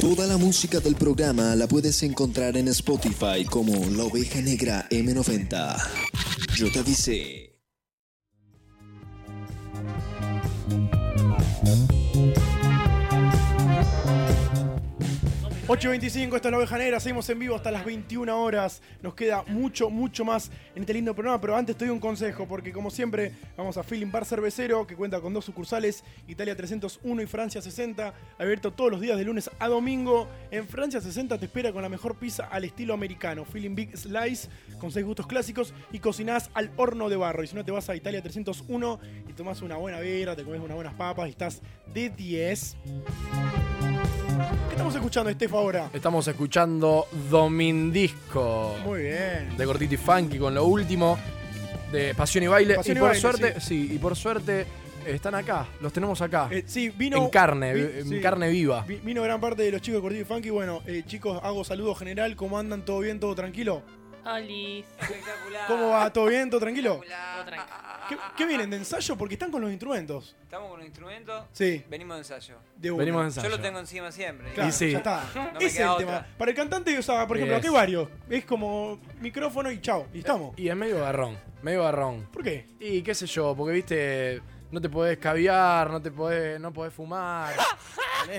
Toda la música del programa la puedes encontrar en Spotify como La Oveja Negra M90. Yo te avisé.
Bueno. 8.25, esta es la oveja negra, seguimos en vivo hasta las 21 horas. Nos queda mucho, mucho más en este lindo programa, pero antes te doy un consejo, porque como siempre vamos a Feeling Bar Cervecero, que cuenta con dos sucursales, Italia 301 y Francia 60, abierto todos los días de lunes a domingo. En Francia 60 te espera con la mejor pizza al estilo americano, Feeling Big Slice, con seis gustos clásicos y cocinás al horno de barro. Y si no, te vas a Italia 301 y tomás una buena birra, te comes unas buenas papas y estás de 10. ¿Qué estamos escuchando, Estefa, ahora?
Estamos escuchando Domindisco.
Muy bien.
De Cortiti Funky con lo último. De Pasión y Baile.
Pasión
y
y
por
Baile,
suerte, sí. y por suerte están acá. Los tenemos acá.
Eh, sí, vino.
En carne,
vi-
en
sí.
carne viva.
Vi- vino gran parte de los chicos de Cortillo y Funky. Bueno, eh, chicos, hago saludo general. ¿Cómo andan? ¿Todo bien? ¿Todo tranquilo?
Alice.
¿Cómo va? ¿Todo bien? ¿Todo tranquilo? ¿Qué, qué vienen de ensayo? Porque están con los instrumentos.
Estamos con los instrumentos.
Sí.
Venimos de ensayo.
De una. Venimos de
Yo
ensayo.
lo tengo encima siempre.
Claro, ya está.
No me
Ese es
queda
el
otra.
tema. Para el cantante, o sea, por ejemplo,
Es.
aquí hay varios. Es como micrófono y chao. Y estamos.
Y es medio garrón. Medio garrón.
¿Por qué?
Y qué sé yo, porque viste. No te podés caviar, no te podés, no podés fumar.
[laughs]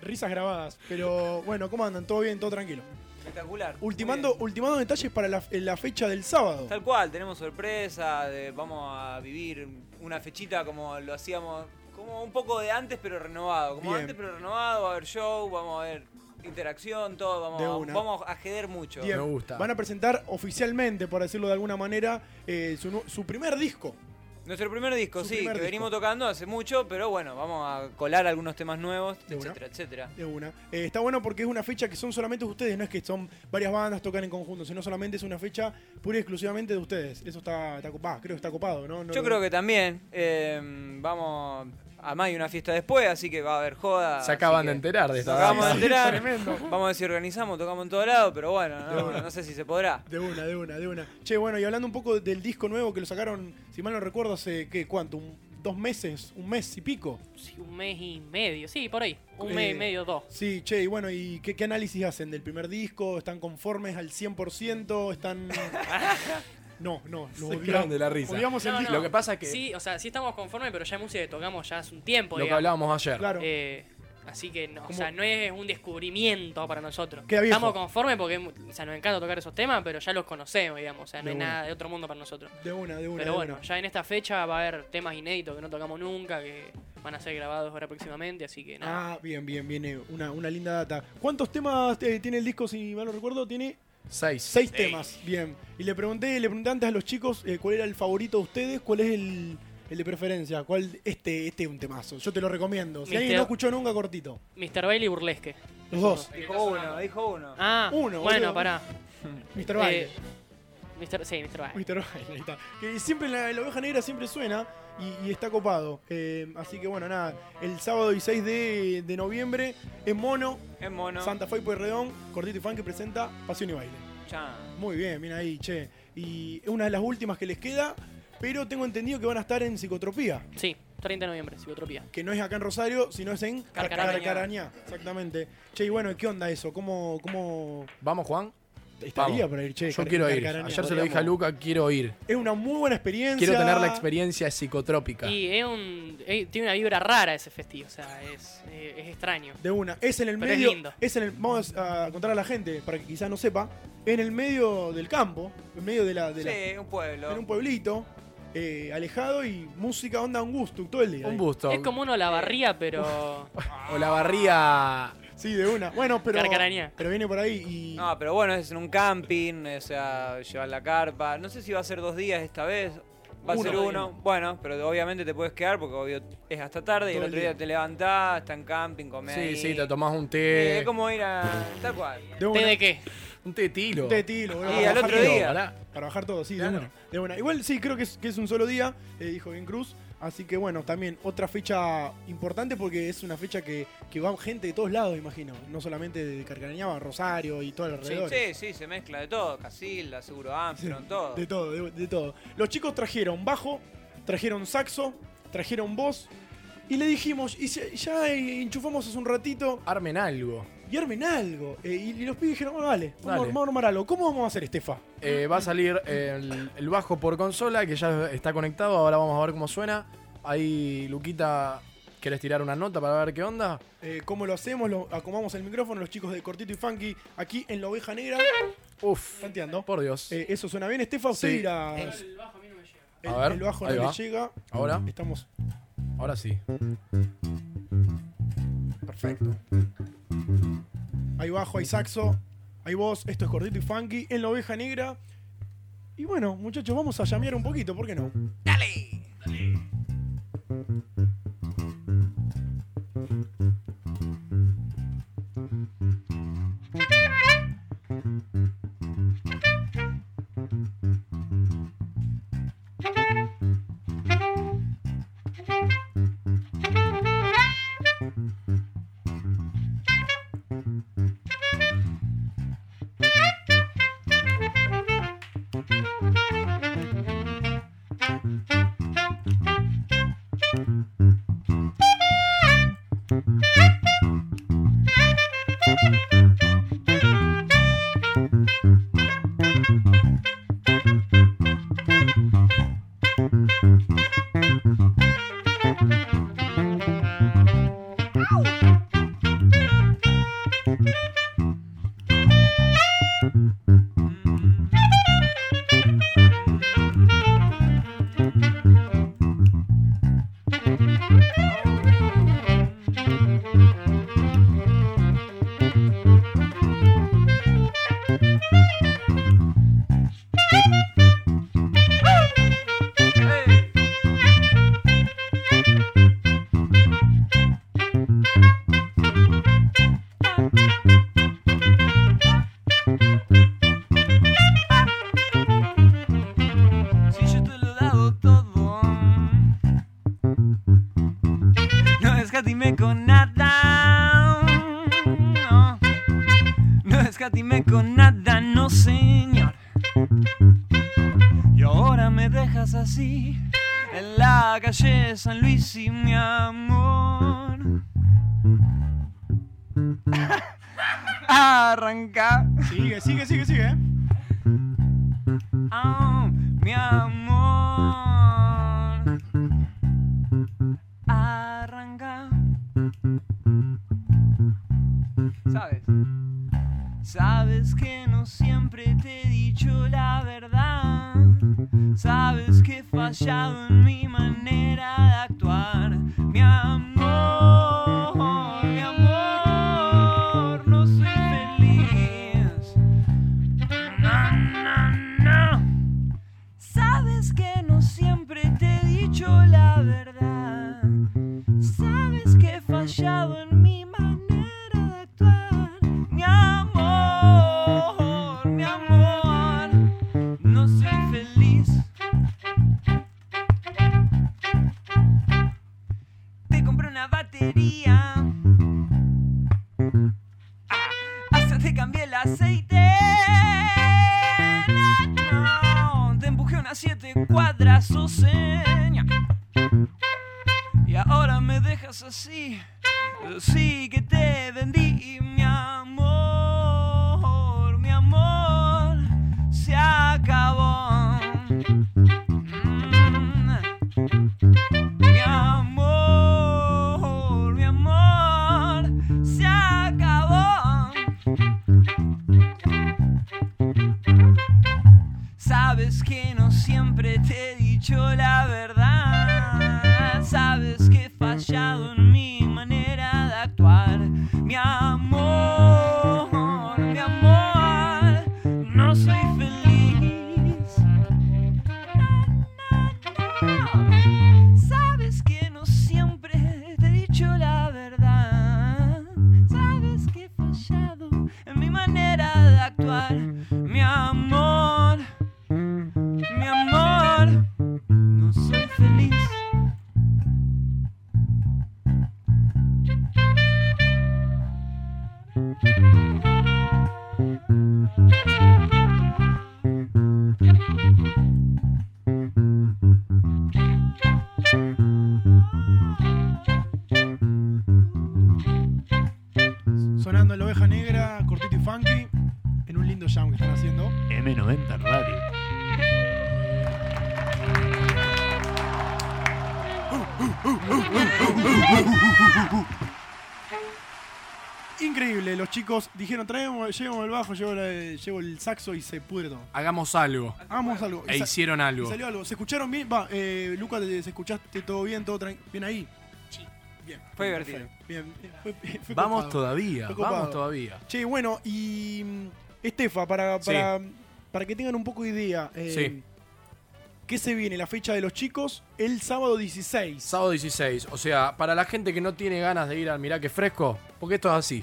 Risas grabadas. Pero bueno, ¿cómo andan? ¿Todo bien? ¿Todo tranquilo?
Espectacular.
Ultimando, ultimando detalles para la, la fecha del sábado.
Tal cual, tenemos sorpresa, de- vamos a vivir una fechita como lo hacíamos, como un poco de antes pero renovado. Como
Bien.
antes pero renovado, va a haber show, vamos a ver interacción, todo,
De
vamos,
una.
a, vamos a jeder mucho.
Bien. Van a presentar oficialmente, por decirlo de alguna manera, eh, su, nu- su primer disco.
Nuestro primer disco,
Su
sí,
primer
que
disco.
venimos tocando hace mucho, pero bueno, vamos a colar algunos temas nuevos,
De una.
etcétera, etcétera.
De una. Eh, está bueno porque es una fecha que son solamente ustedes, no es que son varias bandas tocan en conjunto, sino solamente es una fecha pura y exclusivamente de ustedes. Eso está, está copado, creo que está copado, ¿no? No
Yo
lo-
creo que también. eh, vamos. A más hay una fiesta después, así que va a haber joda.
Se acaban
así
de
que
enterar de esta
nos acabamos de
data.
enterar.
Tremendo.
Vamos a ver si organizamos, tocamos en todo lado, pero bueno,
De
no,
una.
no sé si se podrá.
De una, de una, de una. Che, bueno, y hablando un poco del disco nuevo que lo sacaron, si mal no recuerdo, hace, ¿qué? ¿Cuánto? Un- ¿Dos meses? ¿Un mes y pico?
Sí, un mes y medio, sí, por ahí. Un
Eh,
mes y medio, dos.
Sí, che, y bueno, ¿y qué, qué análisis hacen del primer disco? ¿Están conformes al 100%?
[laughs]
¿Están...? No, no, lo
Se
odiamos.
cagan de la risa.
Odiamos el
No,
disco.
no. Lo que pasa es que-
Sí, o sea, sí estamos conformes, pero ya es música que tocamos ya hace un tiempo.
Lo que
digamos.
hablábamos ayer. Claro.
Eh, así que, no, o
Como-
sea, no es un descubrimiento para nosotros.
Queda viejo.
Estamos conformes porque, o sea, nos encanta tocar esos temas, pero ya los conocemos, digamos. O sea, no
De
hay
una.
nada de otro mundo para nosotros.
De una, de una,
Pero
de
bueno,
una.
ya en esta fecha va a haber temas inéditos que no tocamos nunca, que van a ser grabados ahora próximamente, así que nada.
Ah, bien, bien, viene una, una linda data. ¿Cuántos temas eh, tiene el disco, si mal no recuerdo? Tiene
Seis.
seis temas, bien. Y le pregunté, le pregunté antes a los chicos eh, cuál era el favorito de ustedes, cuál es el, el de preferencia, cuál este, este es un temazo. Yo te lo recomiendo. Si
Mister-
alguien no escuchó nunca, cortito.
Mr. Bailey y Burlesque.
Los dos.
Dijo uno, dijo uno.
Ah,
Uno,
bueno,
boludo.
pará.
Mr. Baile.
Eh, Mr. Sí, Mr. Baile.
Mr. Baile, ahí está. Que siempre la, la oveja negra siempre suena y, y está copado. Eh, así que bueno, nada, el sábado 16 de, de noviembre en Mono,
en Mono.
Santa Fe y Pueyrredón, Cortito y Fan que presenta Pasión y Baile.
Ya.
Muy bien, mira ahí, che. Y es una de las últimas que les queda, pero tengo entendido que van a estar en psicotropía.
Sí, 30 de noviembre, Psicotropía.
Que no es acá en Rosario, sino es en
Carcarañá.
Carcarañá. Exactamente. Che, y bueno, ¿qué onda eso? ¿Cómo, cómo
¿Vamos, Juan?
estaría
Vamos.
para ir, che?
Yo
Car-
quiero ir.
Carcarañá?
Ayer se lo dije a Luca, quiero ir.
Es una muy buena experiencia.
Quiero tener la experiencia psicotrópica.
Y es un, es- tiene una vibra rara ese festivo, o sea, es, eh, es extraño.
De una. Es en el
Pero es
medio.
lindo.
en el. Vamos a contar a la gente, para que quizás no sepa. En el medio del campo, en medio de la. de la-
Sí, un pueblo.
en un pueblito, eh, alejado y música onda un gusto todo el día.
Un gusto.
Es como uno la barría, pero.
O la barría.
Sí, de una. Bueno, pero.
Carcarañá.
Pero viene por ahí y.
No, pero bueno, es en un camping, o sea, llevar la carpa. No sé si va a ser dos días esta vez. Va a
Uno.
ser uno. Bueno, pero obviamente te puedes quedar porque obvio es hasta tarde y
Todo
el
el
otro día
día.
te levantás, está en camping, comés.
Sí,
ahí.
sí, te tomás un
Sí,
té.
es como ir a. tal cual.
una.
qué?
Un té de tilo.
Un té de tilo, boludo,
Y
para
al
bajar
otro
todo,
día.
pará, Para bajar todo, sí, de, una, de una. Igual sí, creo que es, que es un solo día, eh, dijo bien Cruz. Así que bueno, también otra fecha importante porque es una fecha que, que va gente de todos lados, imagino. No solamente de Carcarañá, va Rosario y todo
Sí,
alrededor.
sí, sí, se mezcla de todo. Casilda, Seguro Armstrong, todo.
De todo, de, de todo. Los chicos trajeron bajo, trajeron saxo, trajeron voz. Y le dijimos, y se- ya eh, enchufamos hace un ratito.
Armen algo.
Y armen algo. Eh, y, y los pibes dijeron, bueno, vale, vamos, a-
Dale.
vamos a armar algo. ¿Cómo vamos a hacer, Estefa?
Eh, va a salir el, el bajo por consola, que ya está conectado. Ahora vamos a ver cómo suena. Ahí, Luquita, ¿querés tirar una nota para ver qué onda?
eh, cómo lo hacemos, lo acomodamos el micrófono, los chicos de Cortito y Funky, aquí en La Oveja Negra.
Uf.
Tanteando.
Por Dios.
Eh, eso suena bien, Estefa, usted
Sí.
dirá. El,
A ver,
el bajo
ahí
no
va.
le llega.
Ahora.
Estamos.
Ahora sí.
Perfecto. Hay bajo, hay saxo, hay voz. Esto es Cortito y Funky en La Oveja Negra. Y bueno, muchachos, vamos a llamear un poquito, ¿por qué no?
Si yo te lo he dado todo,
No escatime con nada. No, no escatime con nada, no señor. Y ahora me dejas así en la calle San Luis y mi amor. Arranca.
Sigue, sigue, sigue, sigue.
Ah, mi amor. Arranca. ¿Sabes? Sabes que no siempre te he dicho la verdad. Sabes que he fallado en mi manera de actuar. Mi amor, mi amor, no soy feliz. No, no, no. Sabes que no siempre te he dicho la verdad. Sabes que he fallado en mi manera de actuar. Mi amor, mi amor, no soy feliz. Te compré una batería. Ah, Hasta te cambié el aceite. No, no, te empujé unas siete cuadras, oh señor. así, sí que te vendí, mi amor, mi amor, se acabó. Mm. Mi amor, mi amor, se acabó. Sabes que no siempre te he dicho la verdad. Sabes que he fallado en mi manera de actuar. Mi amor, mi amor, no soy feliz. No, no, no. Sabes que no siempre te he dicho la verdad. Sabes que he fallado en mi manera de actuar. Mi amor. Mi amor, no soy feliz.
Sonando la oveja negra, cortito y funky, en un lindo jam que están haciendo.
M90 Radio.
Increíble, los chicos dijeron, traemos, llevo el bajo, llevo, la- llevo el saxo y se pudre todo.
Hagamos algo.
Hagamos algo.
E
Y sa-
hicieron algo.
y salió algo. ¿Se escucharon bien? Va, eh, Lucas, ¿te- ¿se escuchaste todo bien? ¿Todo tran- bien ahí? Sí. Bien.
Fue divertido.
Perfecto. Bien. bien, fue- fue
Vamos
copado.
todavía,
Fue
vamos
copado.
todavía.
Che, bueno, y mm, Estefa, para,
Sí.
para, para que tengan un poco de idea, eh,
Sí.
¿qué se viene? La fecha de los chicos, el sábado 16.
Sábado 16. O sea, para la gente que no tiene ganas de ir al Mirá que Fresco, porque esto es así.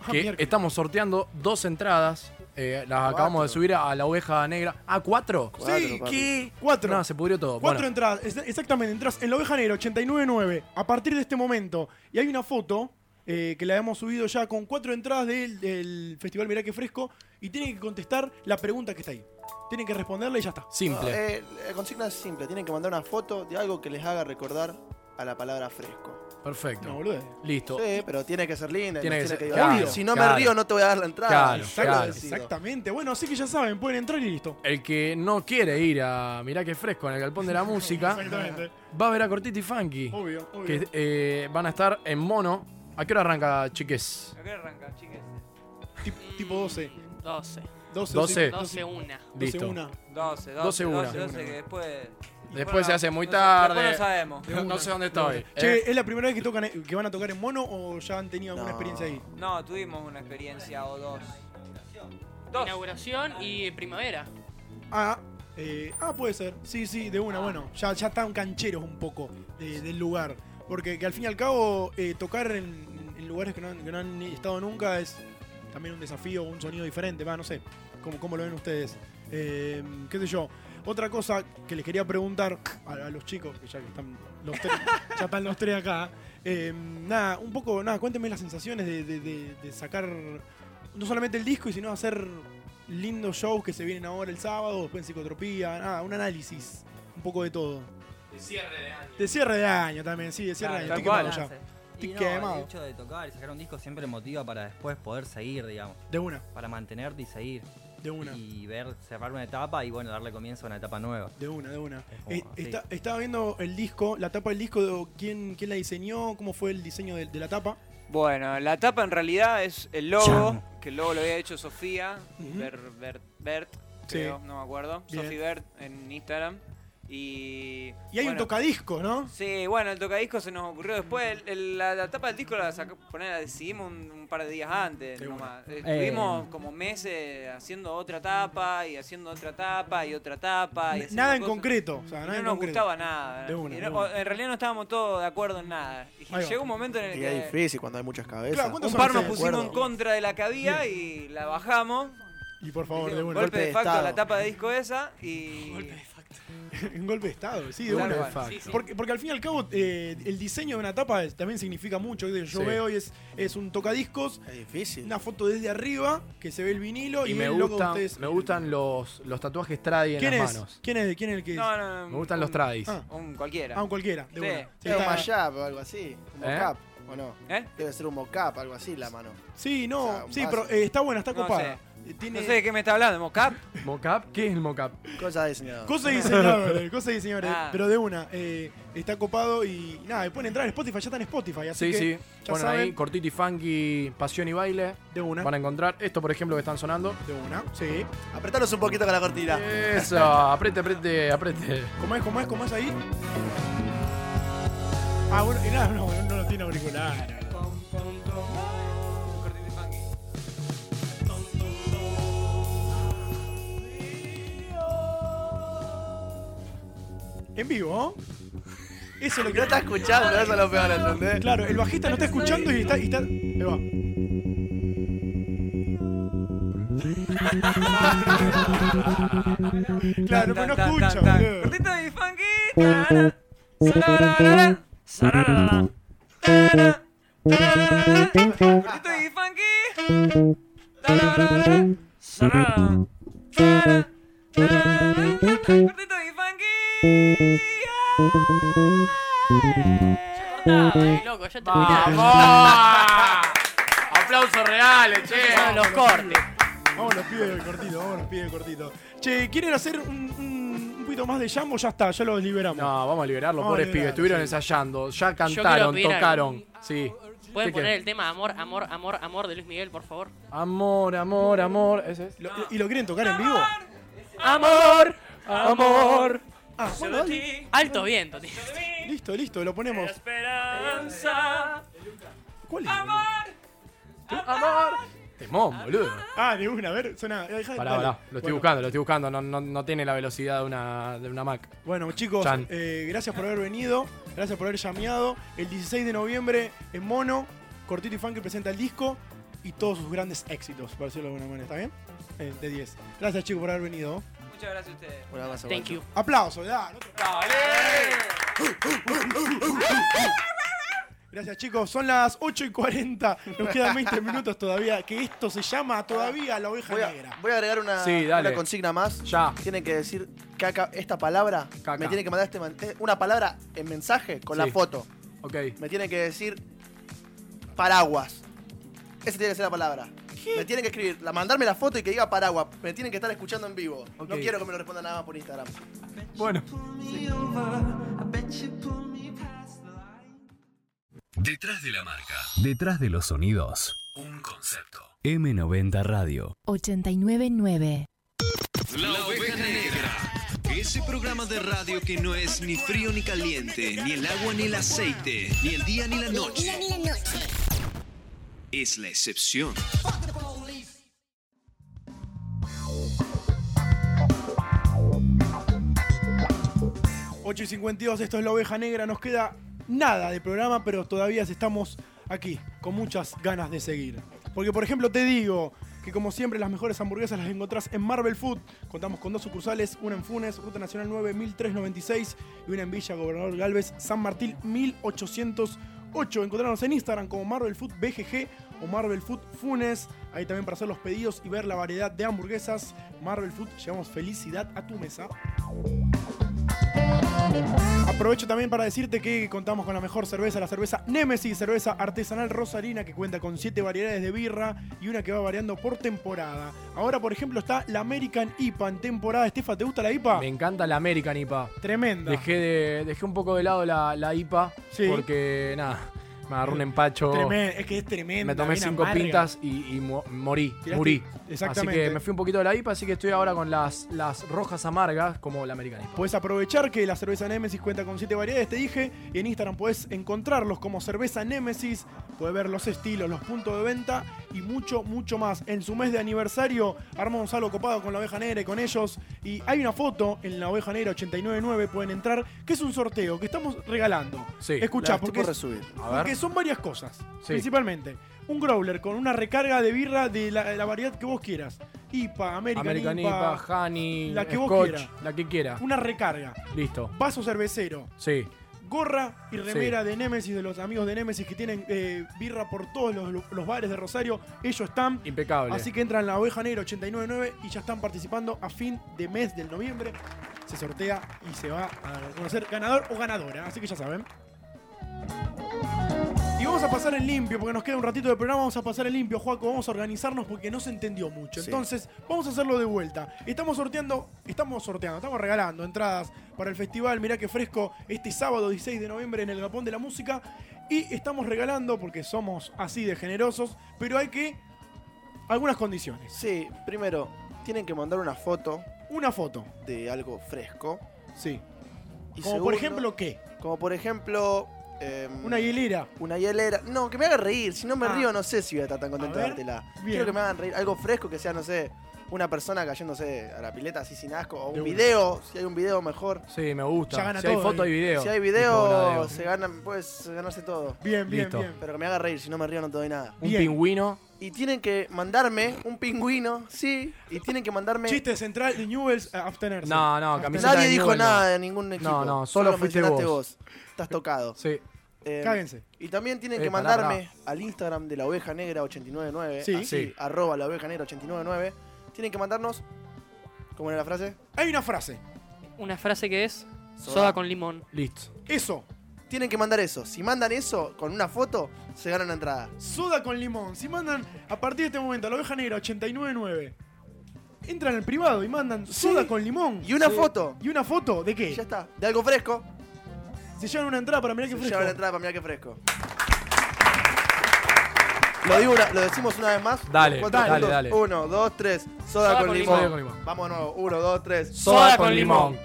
Ah,
que
miércoles.
estamos sorteando dos entradas. eh, las acabamos de subir a, a la oveja negra. ¿Ah, cuatro?
Sí,
papi.
¿qué? Cuatro.
No, se pudrió todo.
Cuatro
Bueno,
entradas, ex- exactamente, entras en la oveja negra 899 a partir de este momento. Y hay una foto eh, que la hemos subido ya con cuatro entradas del, del festival Mirá que Fresco y tienen que contestar la pregunta que está ahí. Tienen que responderla y ya está.
Eh, la consigna es simple. Tienen que mandar una foto de algo que les haga recordar a la palabra fresco.
perfecto.
No, boludez.
Listo.
Sí, pero tiene que ser linda.
Tiene
Tiene
que
que
ser-
divertir.
claro,
si no
claro.
me río, no te voy a dar la entrada.
Claro, claro.
Exactamente. Bueno, así que ya saben, pueden entrar y listo.
El que no quiere ir a Mirá que Fresco en el Galpón de la Música,
[laughs] Exactamente.
va a ver a Cortiti Funky.
Obvio, obvio.
Que eh, van a estar en mono. ¿A qué hora arranca, chiques?
¿A qué hora arranca, chicas?
Tipo 12.
12.
12,
12.
12, una.
12, una.
12, 12,
12,
12,
una.
12, que después.
Después se hace muy
no sé,
tarde.
Después no sabemos.
No
una.
sé dónde estoy.
Che,
Eh.
¿es la primera vez que tocan que van a tocar en mono o ya han tenido alguna experiencia ahí?
No, tuvimos una experiencia o dos.
Inauguración y primavera.
Ah, eh, ah, puede ser. Sí, sí, de una. Bueno, ya, ya están cancheros un poco de- del lugar. Porque que al fin y al cabo, eh, tocar en, en lugares que no, han, que no han estado nunca es también un desafío, un sonido diferente. Va, no sé cómo, cómo lo ven ustedes. Eh, ¿Qué sé yo? Otra cosa que les quería preguntar a, a los chicos, que ya que están los tres, ya están los tres acá. eh, nada, un poco, nada, cuéntenme las sensaciones de, de- de- de sacar no solamente el disco, sino hacer lindos shows que se vienen ahora el sábado, después en Psicotropía, nada, un análisis, un poco de todo.
De cierre de año.
De cierre de año también, sí, de cierre de año. Estoy quemado ya.
Y
Estoy
no,
quemado.
el hecho de tocar y sacar un disco siempre motiva para después poder seguir, digamos.
De una.
Para mantenerte y seguir.
De una.
Y ver, cerrar una etapa y bueno, darle comienzo a una etapa nueva.
De una, de una.
como
Eh,
así.
está- estaba viendo el disco, la tapa del disco, de- ¿quién, quién la diseñó? ¿Cómo fue el diseño de, de la tapa?
Bueno, la tapa en realidad es el logo, que el logo lo había hecho Sofía,
Ujú.
Ber- Bert, Bert,
Sí.
creo, no me acuerdo.
Bien.
Sofía Bert en Instagram. Y.
Y hay un
bueno,
tocadisco, ¿no?
Sí, bueno, el tocadisco se nos ocurrió después. El- el- la, la tapa del disco la, saca- poné, la decidimos un, un par de días antes. nomás. Eh,
Eh.
Estuvimos como meses haciendo otra tapa y haciendo otra tapa y otra tapa. Y
N-
haciendo
Nada en
cosas.
concreto. O sea,
Y
nada
no
en
nos
concreto.
gustaba nada.
De una,
Y
de
no-
una.
En realidad no estábamos todos de acuerdo en nada. Y
Ahí va.
llegó un momento en
Eh,
el
Y
que.
es difícil cuando hay muchas cabezas.
Claro, un par nos pusimos en contra de la que había y la bajamos.
Y por favor, de
Golpe,
una.
de facto a la tapa de disco esa y.
[coughs] un golpe de estado, sí, de
Claro,
una.
de facto. Sí, sí.
Porque, porque al fin y al cabo, eh, el diseño de una tapa es- también significa mucho. Yo
Sí.
veo y es, es un tocadiscos. Una foto desde arriba que se ve el vinilo y,
Y me,
el logo de
gustan,
ustedes.
me gustan los, los tatuajes tradi en
¿Quién
las
es?
manos.
¿Quién es? ¿Quién es el que es?
No, no, no, Me gustan un- los tradis.
Ah,
Un cualquiera.
ah, un cualquiera, de
Sí.
una.
Sí,
Está-
un
Más allá o algo así. Un
¿Eh?
mockup, ¿o no?
¿Eh?
Debe ser un mockup, algo así, la mano.
Sí, no,
O sea, un
sí,
vaso.
pero eh, está buena, está
No
copada.
sé.
Eh, tiene-
No sé de qué me está hablando, mocap.
¿Mocap? ¿Qué es el mocap?
Cosa de diseñador. [laughs]
Cosa de diseñadores, cosa de diseñadores.
Ah.
Pero de una, eh, está copado y nada, y pueden entrar en Spotify, ya está en Spotify,
[laughs] Sí,
así que
sí.
ya
Ponen
saben.
ahí, cortito y funky, pasión y baile.
De una.
Van a encontrar esto, por ejemplo, que están sonando.
De una, sí.
Apretaros un poquito con la cortina.
Eso, apriete, apriete, apriete.
¿Cómo es, cómo es, cómo es ahí? Ah, bueno, y nada, no, no lo tiene auricular. En vivo, ¿no? Eso es lo que
No está escuchando, eso es lo peor, ¿entendés?
Claro, el bajista no está escuchando y está. y está- ahí va. Claro, pero no escucha, boludo.
Cortita y funky. tarara, sararara, sararara, tarara, tarara. Cortito y funky. tararara, sararara, tarara, tarara. Cortito y funky.
Ay, loco, ya terminaste.
[laughs] Aplausos reales, che.
Los cortes.
Vamos los pibes del cortito, vamos los pibes del cortito. Che, ¿quieren hacer un, un, un poquito más de jambo? Ya está, ya los liberamos.
No, vamos a liberarlo,
Vamos a
pobres pibes.
liberarlo,
Estuvieron
sí.
ensayando, ya
quiero
cantaron,
pedir algo.
tocaron. Sí.
¿Pueden
¿Qué quieren?
poner el tema Amor, Amor, Amor, Amor de Luis Miguel, por favor?
Amor, amor, amor. ¿Ese es?
¿Y lo quieren tocar en vivo?
Amor,
amor.
Ah, bueno, dale.
Alto viento, tío.
listo, listo, lo ponemos.
Esperanza.
¿Cuál es?
Amor.
Temón, boludo.
Ah, de una, a ver, suena. eh, deja-
Pará,
dale.
pará. Lo estoy
Bueno.
buscando, lo estoy buscando. No, no, no tiene la velocidad de una, de una Mac.
Bueno, chicos,
Chan.
eh, gracias por haber venido, gracias por haber llameado. El 16 de noviembre en Mono, Cortito y Funky presenta el disco y todos sus grandes éxitos, por decirlo de alguna manera, ¿está bien? Eh, de 10. Gracias, chicos, por haber venido.
Muchas gracias a ustedes.
Un abrazo.
Thank you.
Aplausos, dale. otro aplauso. Gracias, chicos. Son las 8 y 40. Nos quedan
[laughs]
20 minutos todavía. Que esto se llama todavía la oveja
Voy a,
negra.
voy a agregar una,
Sí, dale.
una consigna más.
Ya.
Tienen que decir caca, esta palabra.
Caca.
Me tienen que mandar este man- eh, una palabra en mensaje con la
Sí.
foto.
Ok.
Me tienen que decir paraguas. Esa tiene que ser la palabra. Me tienen que escribir, la, mandarme la foto y que diga paraguas. Me tienen que estar escuchando en vivo. No
Ok.
quiero que me lo respondan nada más por Instagram.
Bueno.
Detrás de la marca,
Detrás de los sonidos.
un concepto.
M90 Radio.
899.
La Oveja Negra. Ese programa de radio que no es ni frío ni caliente, ni el agua ni el aceite, ni el día ni la noche. Es la excepción.
Bueno, 8 y 52, esto es la oveja negra. Nos queda nada de programa, pero todavía estamos aquí, con muchas ganas de seguir. Porque, por ejemplo, te digo que, como siempre, las mejores hamburguesas las encontrás en Marvel Food. Contamos con dos sucursales: una en Funes, Ruta Nacional 9396, y una en Villa Gobernador Galvez, San Martín 1808. Encontrarnos en Instagram como Marvel Food BGG o Marvel Food Funes. Ahí también para hacer los pedidos y ver la variedad de hamburguesas. Marvel Food, llevamos felicidad a tu mesa. Aprovecho también para decirte que contamos con la mejor cerveza, la cerveza Nemesis, cerveza artesanal rosarina que cuenta con 7 variedades de birra y una que va variando por temporada. Ahora, por ejemplo, está la American IPA en temporada. Estefa, ¿te gusta la IPA?
Me encanta la American IPA.
Tremenda.
Dejé, de, dejé un poco de lado la, la IPA
Sí.
porque, nada, me agarró un empacho.
Tremen- es que es tremenda.
Me tomé
bien
cinco
amarga.
pintas y, y mo- morí,
Tiraste-
morí.
Exactamente.
Así que me fui un poquito de la IPA, así que estoy ahora con las, las rojas amargas como la American IPA.
Puedes aprovechar que la cerveza Nemesis cuenta con 7 variedades, te dije, y en Instagram puedes encontrarlos como cerveza Nemesis, puedes ver los estilos, los puntos de venta y mucho, mucho más. En su mes de aniversario armamos algo copado con la oveja negra y con ellos, y hay una foto en la oveja negra 899, pueden entrar, que es un sorteo que estamos regalando.
Sí.
Escuchá,
La estoy
porque,
por
es-
resumir. A ver.
porque son varias cosas,
Sí.
principalmente. Un growler con una recarga de birra de la, la variedad que vos quieras. IPA, American,
American
IPA,
IPA, Honey,
la que vos
Scotch,
quieras.
la que quiera.
Una recarga,
Listo.
vaso cervecero,
Sí.
gorra y
Sí.
remera de Nemesis, de los amigos de Nemesis que tienen eh, birra por todos los, los bares de Rosario. Ellos están.
Impecable.
Así que entran en la oveja negra 899 y ya están participando a fin de mes del noviembre. Se sortea y se va a conocer ganador o ganadora. Así que ya saben. Y vamos a pasar en limpio, porque nos queda un ratito de programa, vamos a pasar en limpio, Juaco, vamos a organizarnos porque no se entendió mucho.
Sí.
Entonces, vamos a hacerlo de vuelta. Estamos sorteando, estamos sorteando, estamos regalando entradas para el festival, mirá que fresco, este sábado 16 de noviembre en el Japón de la Música. Y estamos regalando, porque somos así de generosos, pero hay que... algunas condiciones.
Sí, primero, tienen que mandar una foto.
Una foto.
De algo fresco.
Sí.
Y
Como por ejemplo, ¿qué?
Como por ejemplo.
Una hielera.
em, Una hielera. No, que me haga reír. Si no me
Ah.
río, no sé si voy a estar tan contento de
ver.
dártela.
Bien.
Quiero que me hagan reír. Algo fresco que sea, no sé, una persona cayéndose a la pileta así sin asco. O
De
un
una.
video. Si hay un video, mejor.
Sí, me gusta.
Ya gana
si hay
todo,
foto,
eh.
hay video.
Si hay
Tipo una
video,
de-
se ganan, puedes ganarse todo.
Bien,
bien, Listo. bien.
Pero que me haga reír, si no me río no te doy nada.
Un pingüino.
Y tienen que mandarme un pingüino, sí, y tienen que mandarme...
Chiste central de Newells a abstenerse.
No, no,
Abstenerse.
camiseta
Nadie
de
dijo
Newell, no.
nada de ningún equipo.
No, no, solo fuiste
mencionaste
vos.
Estás tocado.
Sí.
Eh,
Cáguense.
Y también tienen
Eh,
que
pará,
mandarme al Instagram de la oveja negra 899,
Sí.
así,
Sí.
arroba la oveja negra 899, tienen que mandarnos... ¿Cómo era la frase?
Hay una frase.
Una frase que es soda,
Soda.
con limón.
Listo.
Eso.
Tienen que mandar eso. Si mandan eso con una foto, se ganan la entrada.
Soda con limón. Si mandan a partir de este momento a la oveja negra 899, entran al privado y mandan soda con limón.
Y una foto.
¿Y una foto de qué?
Ya está. De algo fresco.
Se llevan una entrada para mirar qué
Se
fresco.
llevan la entrada para mirar qué fresco. Lo, digo una- lo decimos una vez más.
Dale,
¿Cuántos
dale,
puntos?
dale.
Uno, dos, tres. Soda, con, limón. Vamos de nuevo. Uno, dos, tres.
Soda con limón.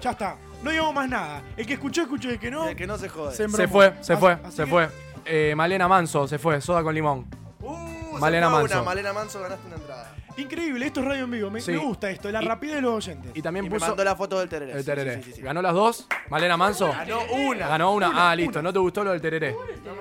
Ya está. No digamos más nada. El que escuchó, escuchó. El que no. El
que no se jode.
Se fue, se fue, se fue. Eh, Malena Manso, se fue. Soda con limón.
Uh,
Malena Manso.
Malena Manso ganaste una entrada.
Increíble, esto es radio en vivo. Me,
Sí.
me gusta esto, la
Y-
rapidez de los oyentes.
Y también
Y me
puso.
mandó la foto del tereré.
El
Sí,
tereré.
sí, sí, sí.
¿Ganó las dos? ¿Malena Manso?
Ganó una.
Ganó una. ah, listo. ¿No te gustó lo del tereré?
No me gustó, no me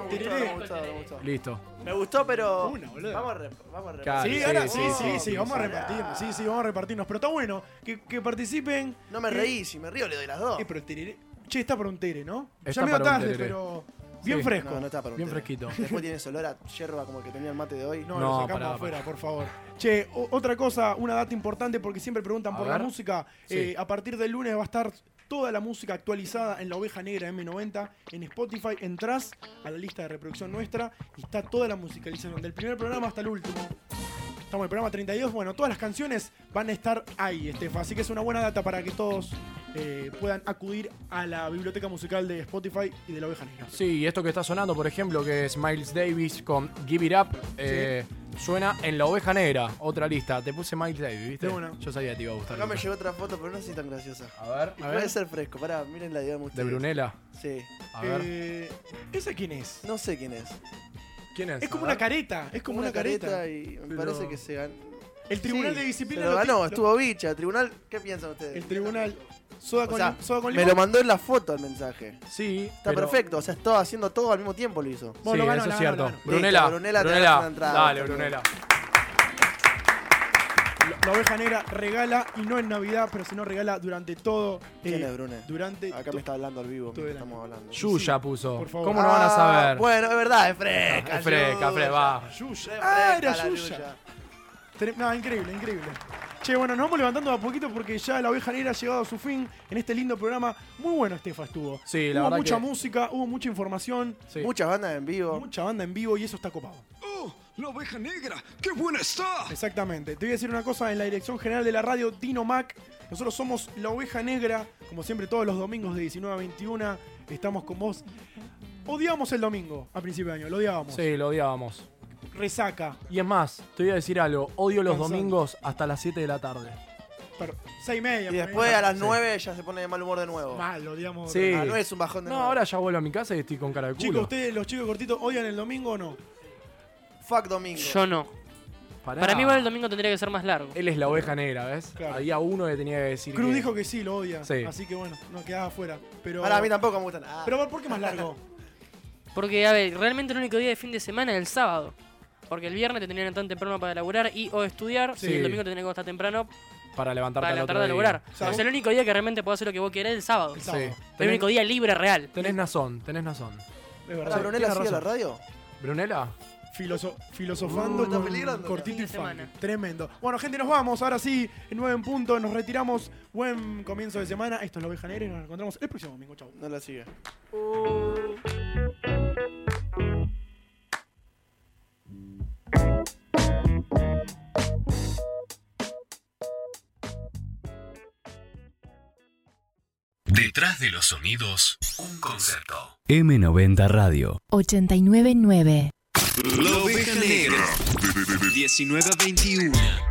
gustó, no me gustó.
Listo.
Me gustó, pero. Vamos a rep- vamos a repetir.
Claro,
sí, ahora, sí,
sí,
sí, sí,
sí, sí,
vamos a
sí.
repartirnos. Sí, sí, vamos a repartirnos. Pero está bueno que, que participen.
No me
Eh,
reí, si me río le doy las dos.
Eh, pero el tereré- Che, está para un tere, ¿no?
Está
ya medio
para un
tarde,
tereré.
pero. Bien
Sí.
fresco.
No, no está para un
Bien
tereré.
fresquito.
Después tiene
[laughs]
ese olor a yerba como el que tenía el mate de hoy.
No, lo sacamos afuera, por favor. Che, o- otra cosa, una data importante porque siempre preguntan
A
por
ver.
la música.
Sí.
Eh, a partir del lunes va a estar toda la música actualizada en la oveja negra M90. En Spotify entras a la lista de reproducción nuestra y está toda la musicalización, del primer programa hasta el último. Estamos en el programa 32. Bueno, todas las canciones van a estar ahí, Estefa. Así que es una buena data para que todos eh, puedan acudir a la biblioteca musical de Spotify y de la oveja negra.
Sí, y esto que está sonando, por ejemplo, que es Miles Davis con Give It Up, eh, suena en La Oveja Negra, otra lista. Te puse Miles Davis, ¿viste?
De una.
Yo sabía que te iba a gustar.
Acá me llegó otra foto, pero no sé si tan graciosa.
A ver,
Y
a
puede
ver.
ser fresco, pará, miren la idea de
¿De Brunella?
Sí.
A ver.
¿Ese Eh, quién es?
No sé quién es.
¿Quién es?
Es como
A
una
ver.
careta, es como una, careta.
y me
Pero-
parece que se ganó.
El Tribunal de Disciplina
se lo
lo
ganó,
ti- lo-
estuvo bicha. El tribunal, ¿qué piensan ustedes?
El tribunal. Soda
O
con,
sea,
soda con
me
limón.
lo mandó en la foto el mensaje.
Sí.
Está
pero-
perfecto, o sea, estaba haciendo todo al mismo tiempo lo hizo.
Sí, eso es cierto. Brunella,
Brunela, Brunella, te
Brunella,
ganás una entrada.
dale,
Brunella.
Brunella.
La- La oveja negra regala, y no en Navidad, pero si no regala durante todo.
¿Quién
eh,
es Brunella?
Durante.
Acá me está hablando al vivo,
todo el año.
estamos hablando. Ah,
Yuya puso.
por favor.
¿Cómo no van a saber? Ah,
Bueno, es verdad, es
[laughs]
fresca.
Es fresca,
Yuya.
fresca, va.
Yuya.
Re
Ah,
fresca
era
la
Yuya.
Yuya.
Tre- No, increíble, increíble. Che, bueno, nos vamos levantando de a poquito porque ya la oveja negra ha llegado a su fin en este lindo programa. Muy bueno, Estefa, estuvo.
Sí, la
hubo
verdad
mucha
que-
música, hubo mucha información.
Muchas bandas en vivo.
Mucha banda en vivo y eso está copado.
¡Oh! ¡La oveja negra! ¡Qué buena está!
Exactamente. Te voy a decir una cosa en la dirección general de la radio Dino Mac. Nosotros somos La Oveja Negra, como siempre todos los domingos de 19 a 21 estamos con vos. Odiamos el domingo a principio de año, lo odiábamos.
Sí, lo odiábamos.
Resaca.
Y es más, te voy a decir algo. Odio los
Cansante.
domingos hasta las 7 de la tarde.
Pero, 6 y media.
Y después a las 9 ya se pone de mal humor de nuevo.
Mal, lo odiamos.
Sí.
Ah, no es un bajón de
No,
nuevo.
ahora ya vuelvo a mi casa y estoy con cara de culo.
Chicos, ¿ustedes los chicos cortitos odian el domingo o no?
Fuck domingo.
Yo no.
Pará.
Para mí igual el domingo tendría que ser más largo.
Él es la oveja negra, ¿ves?
Claro.
Había uno que tenía que decir.
Cruz
que-
dijo que sí, lo odia.
Sí.
Así que bueno, no quedaba afuera. Pero...
Ahora a mí tampoco me gusta nada.
Pero ¿por qué más largo?
Porque, a ver, realmente el único día de fin de semana es el sábado. Porque el viernes te tenían tan temprano para laburar y o estudiar,
Sí.
y el domingo te tenían que estar temprano
Para levantarte
para
al otro
levantar a
día.
laburar.
Sí.
Entonces el único día que realmente puedo hacer lo que vos querés es el sábado.
Sí. Tenés-
El único día libre real.
Tenés razón, tenés razón. Es
Pará, ¿Brunella sigue a [laughs] la radio?
¿Brunella?
Filoso- filosofando
Uh, está peligrando.
cortito y
Fin de semana.
funky. Tremendo. Bueno, gente, nos vamos. Ahora sí, en 9 en punto, nos retiramos. Buen comienzo de semana. Esto es La Oveja Negra y nos encontramos el próximo domingo. Chau.
No la sigue.
Detrás de los sonidos, un concepto.
M90 Radio.
899.
La oveja negra. 19 a 21.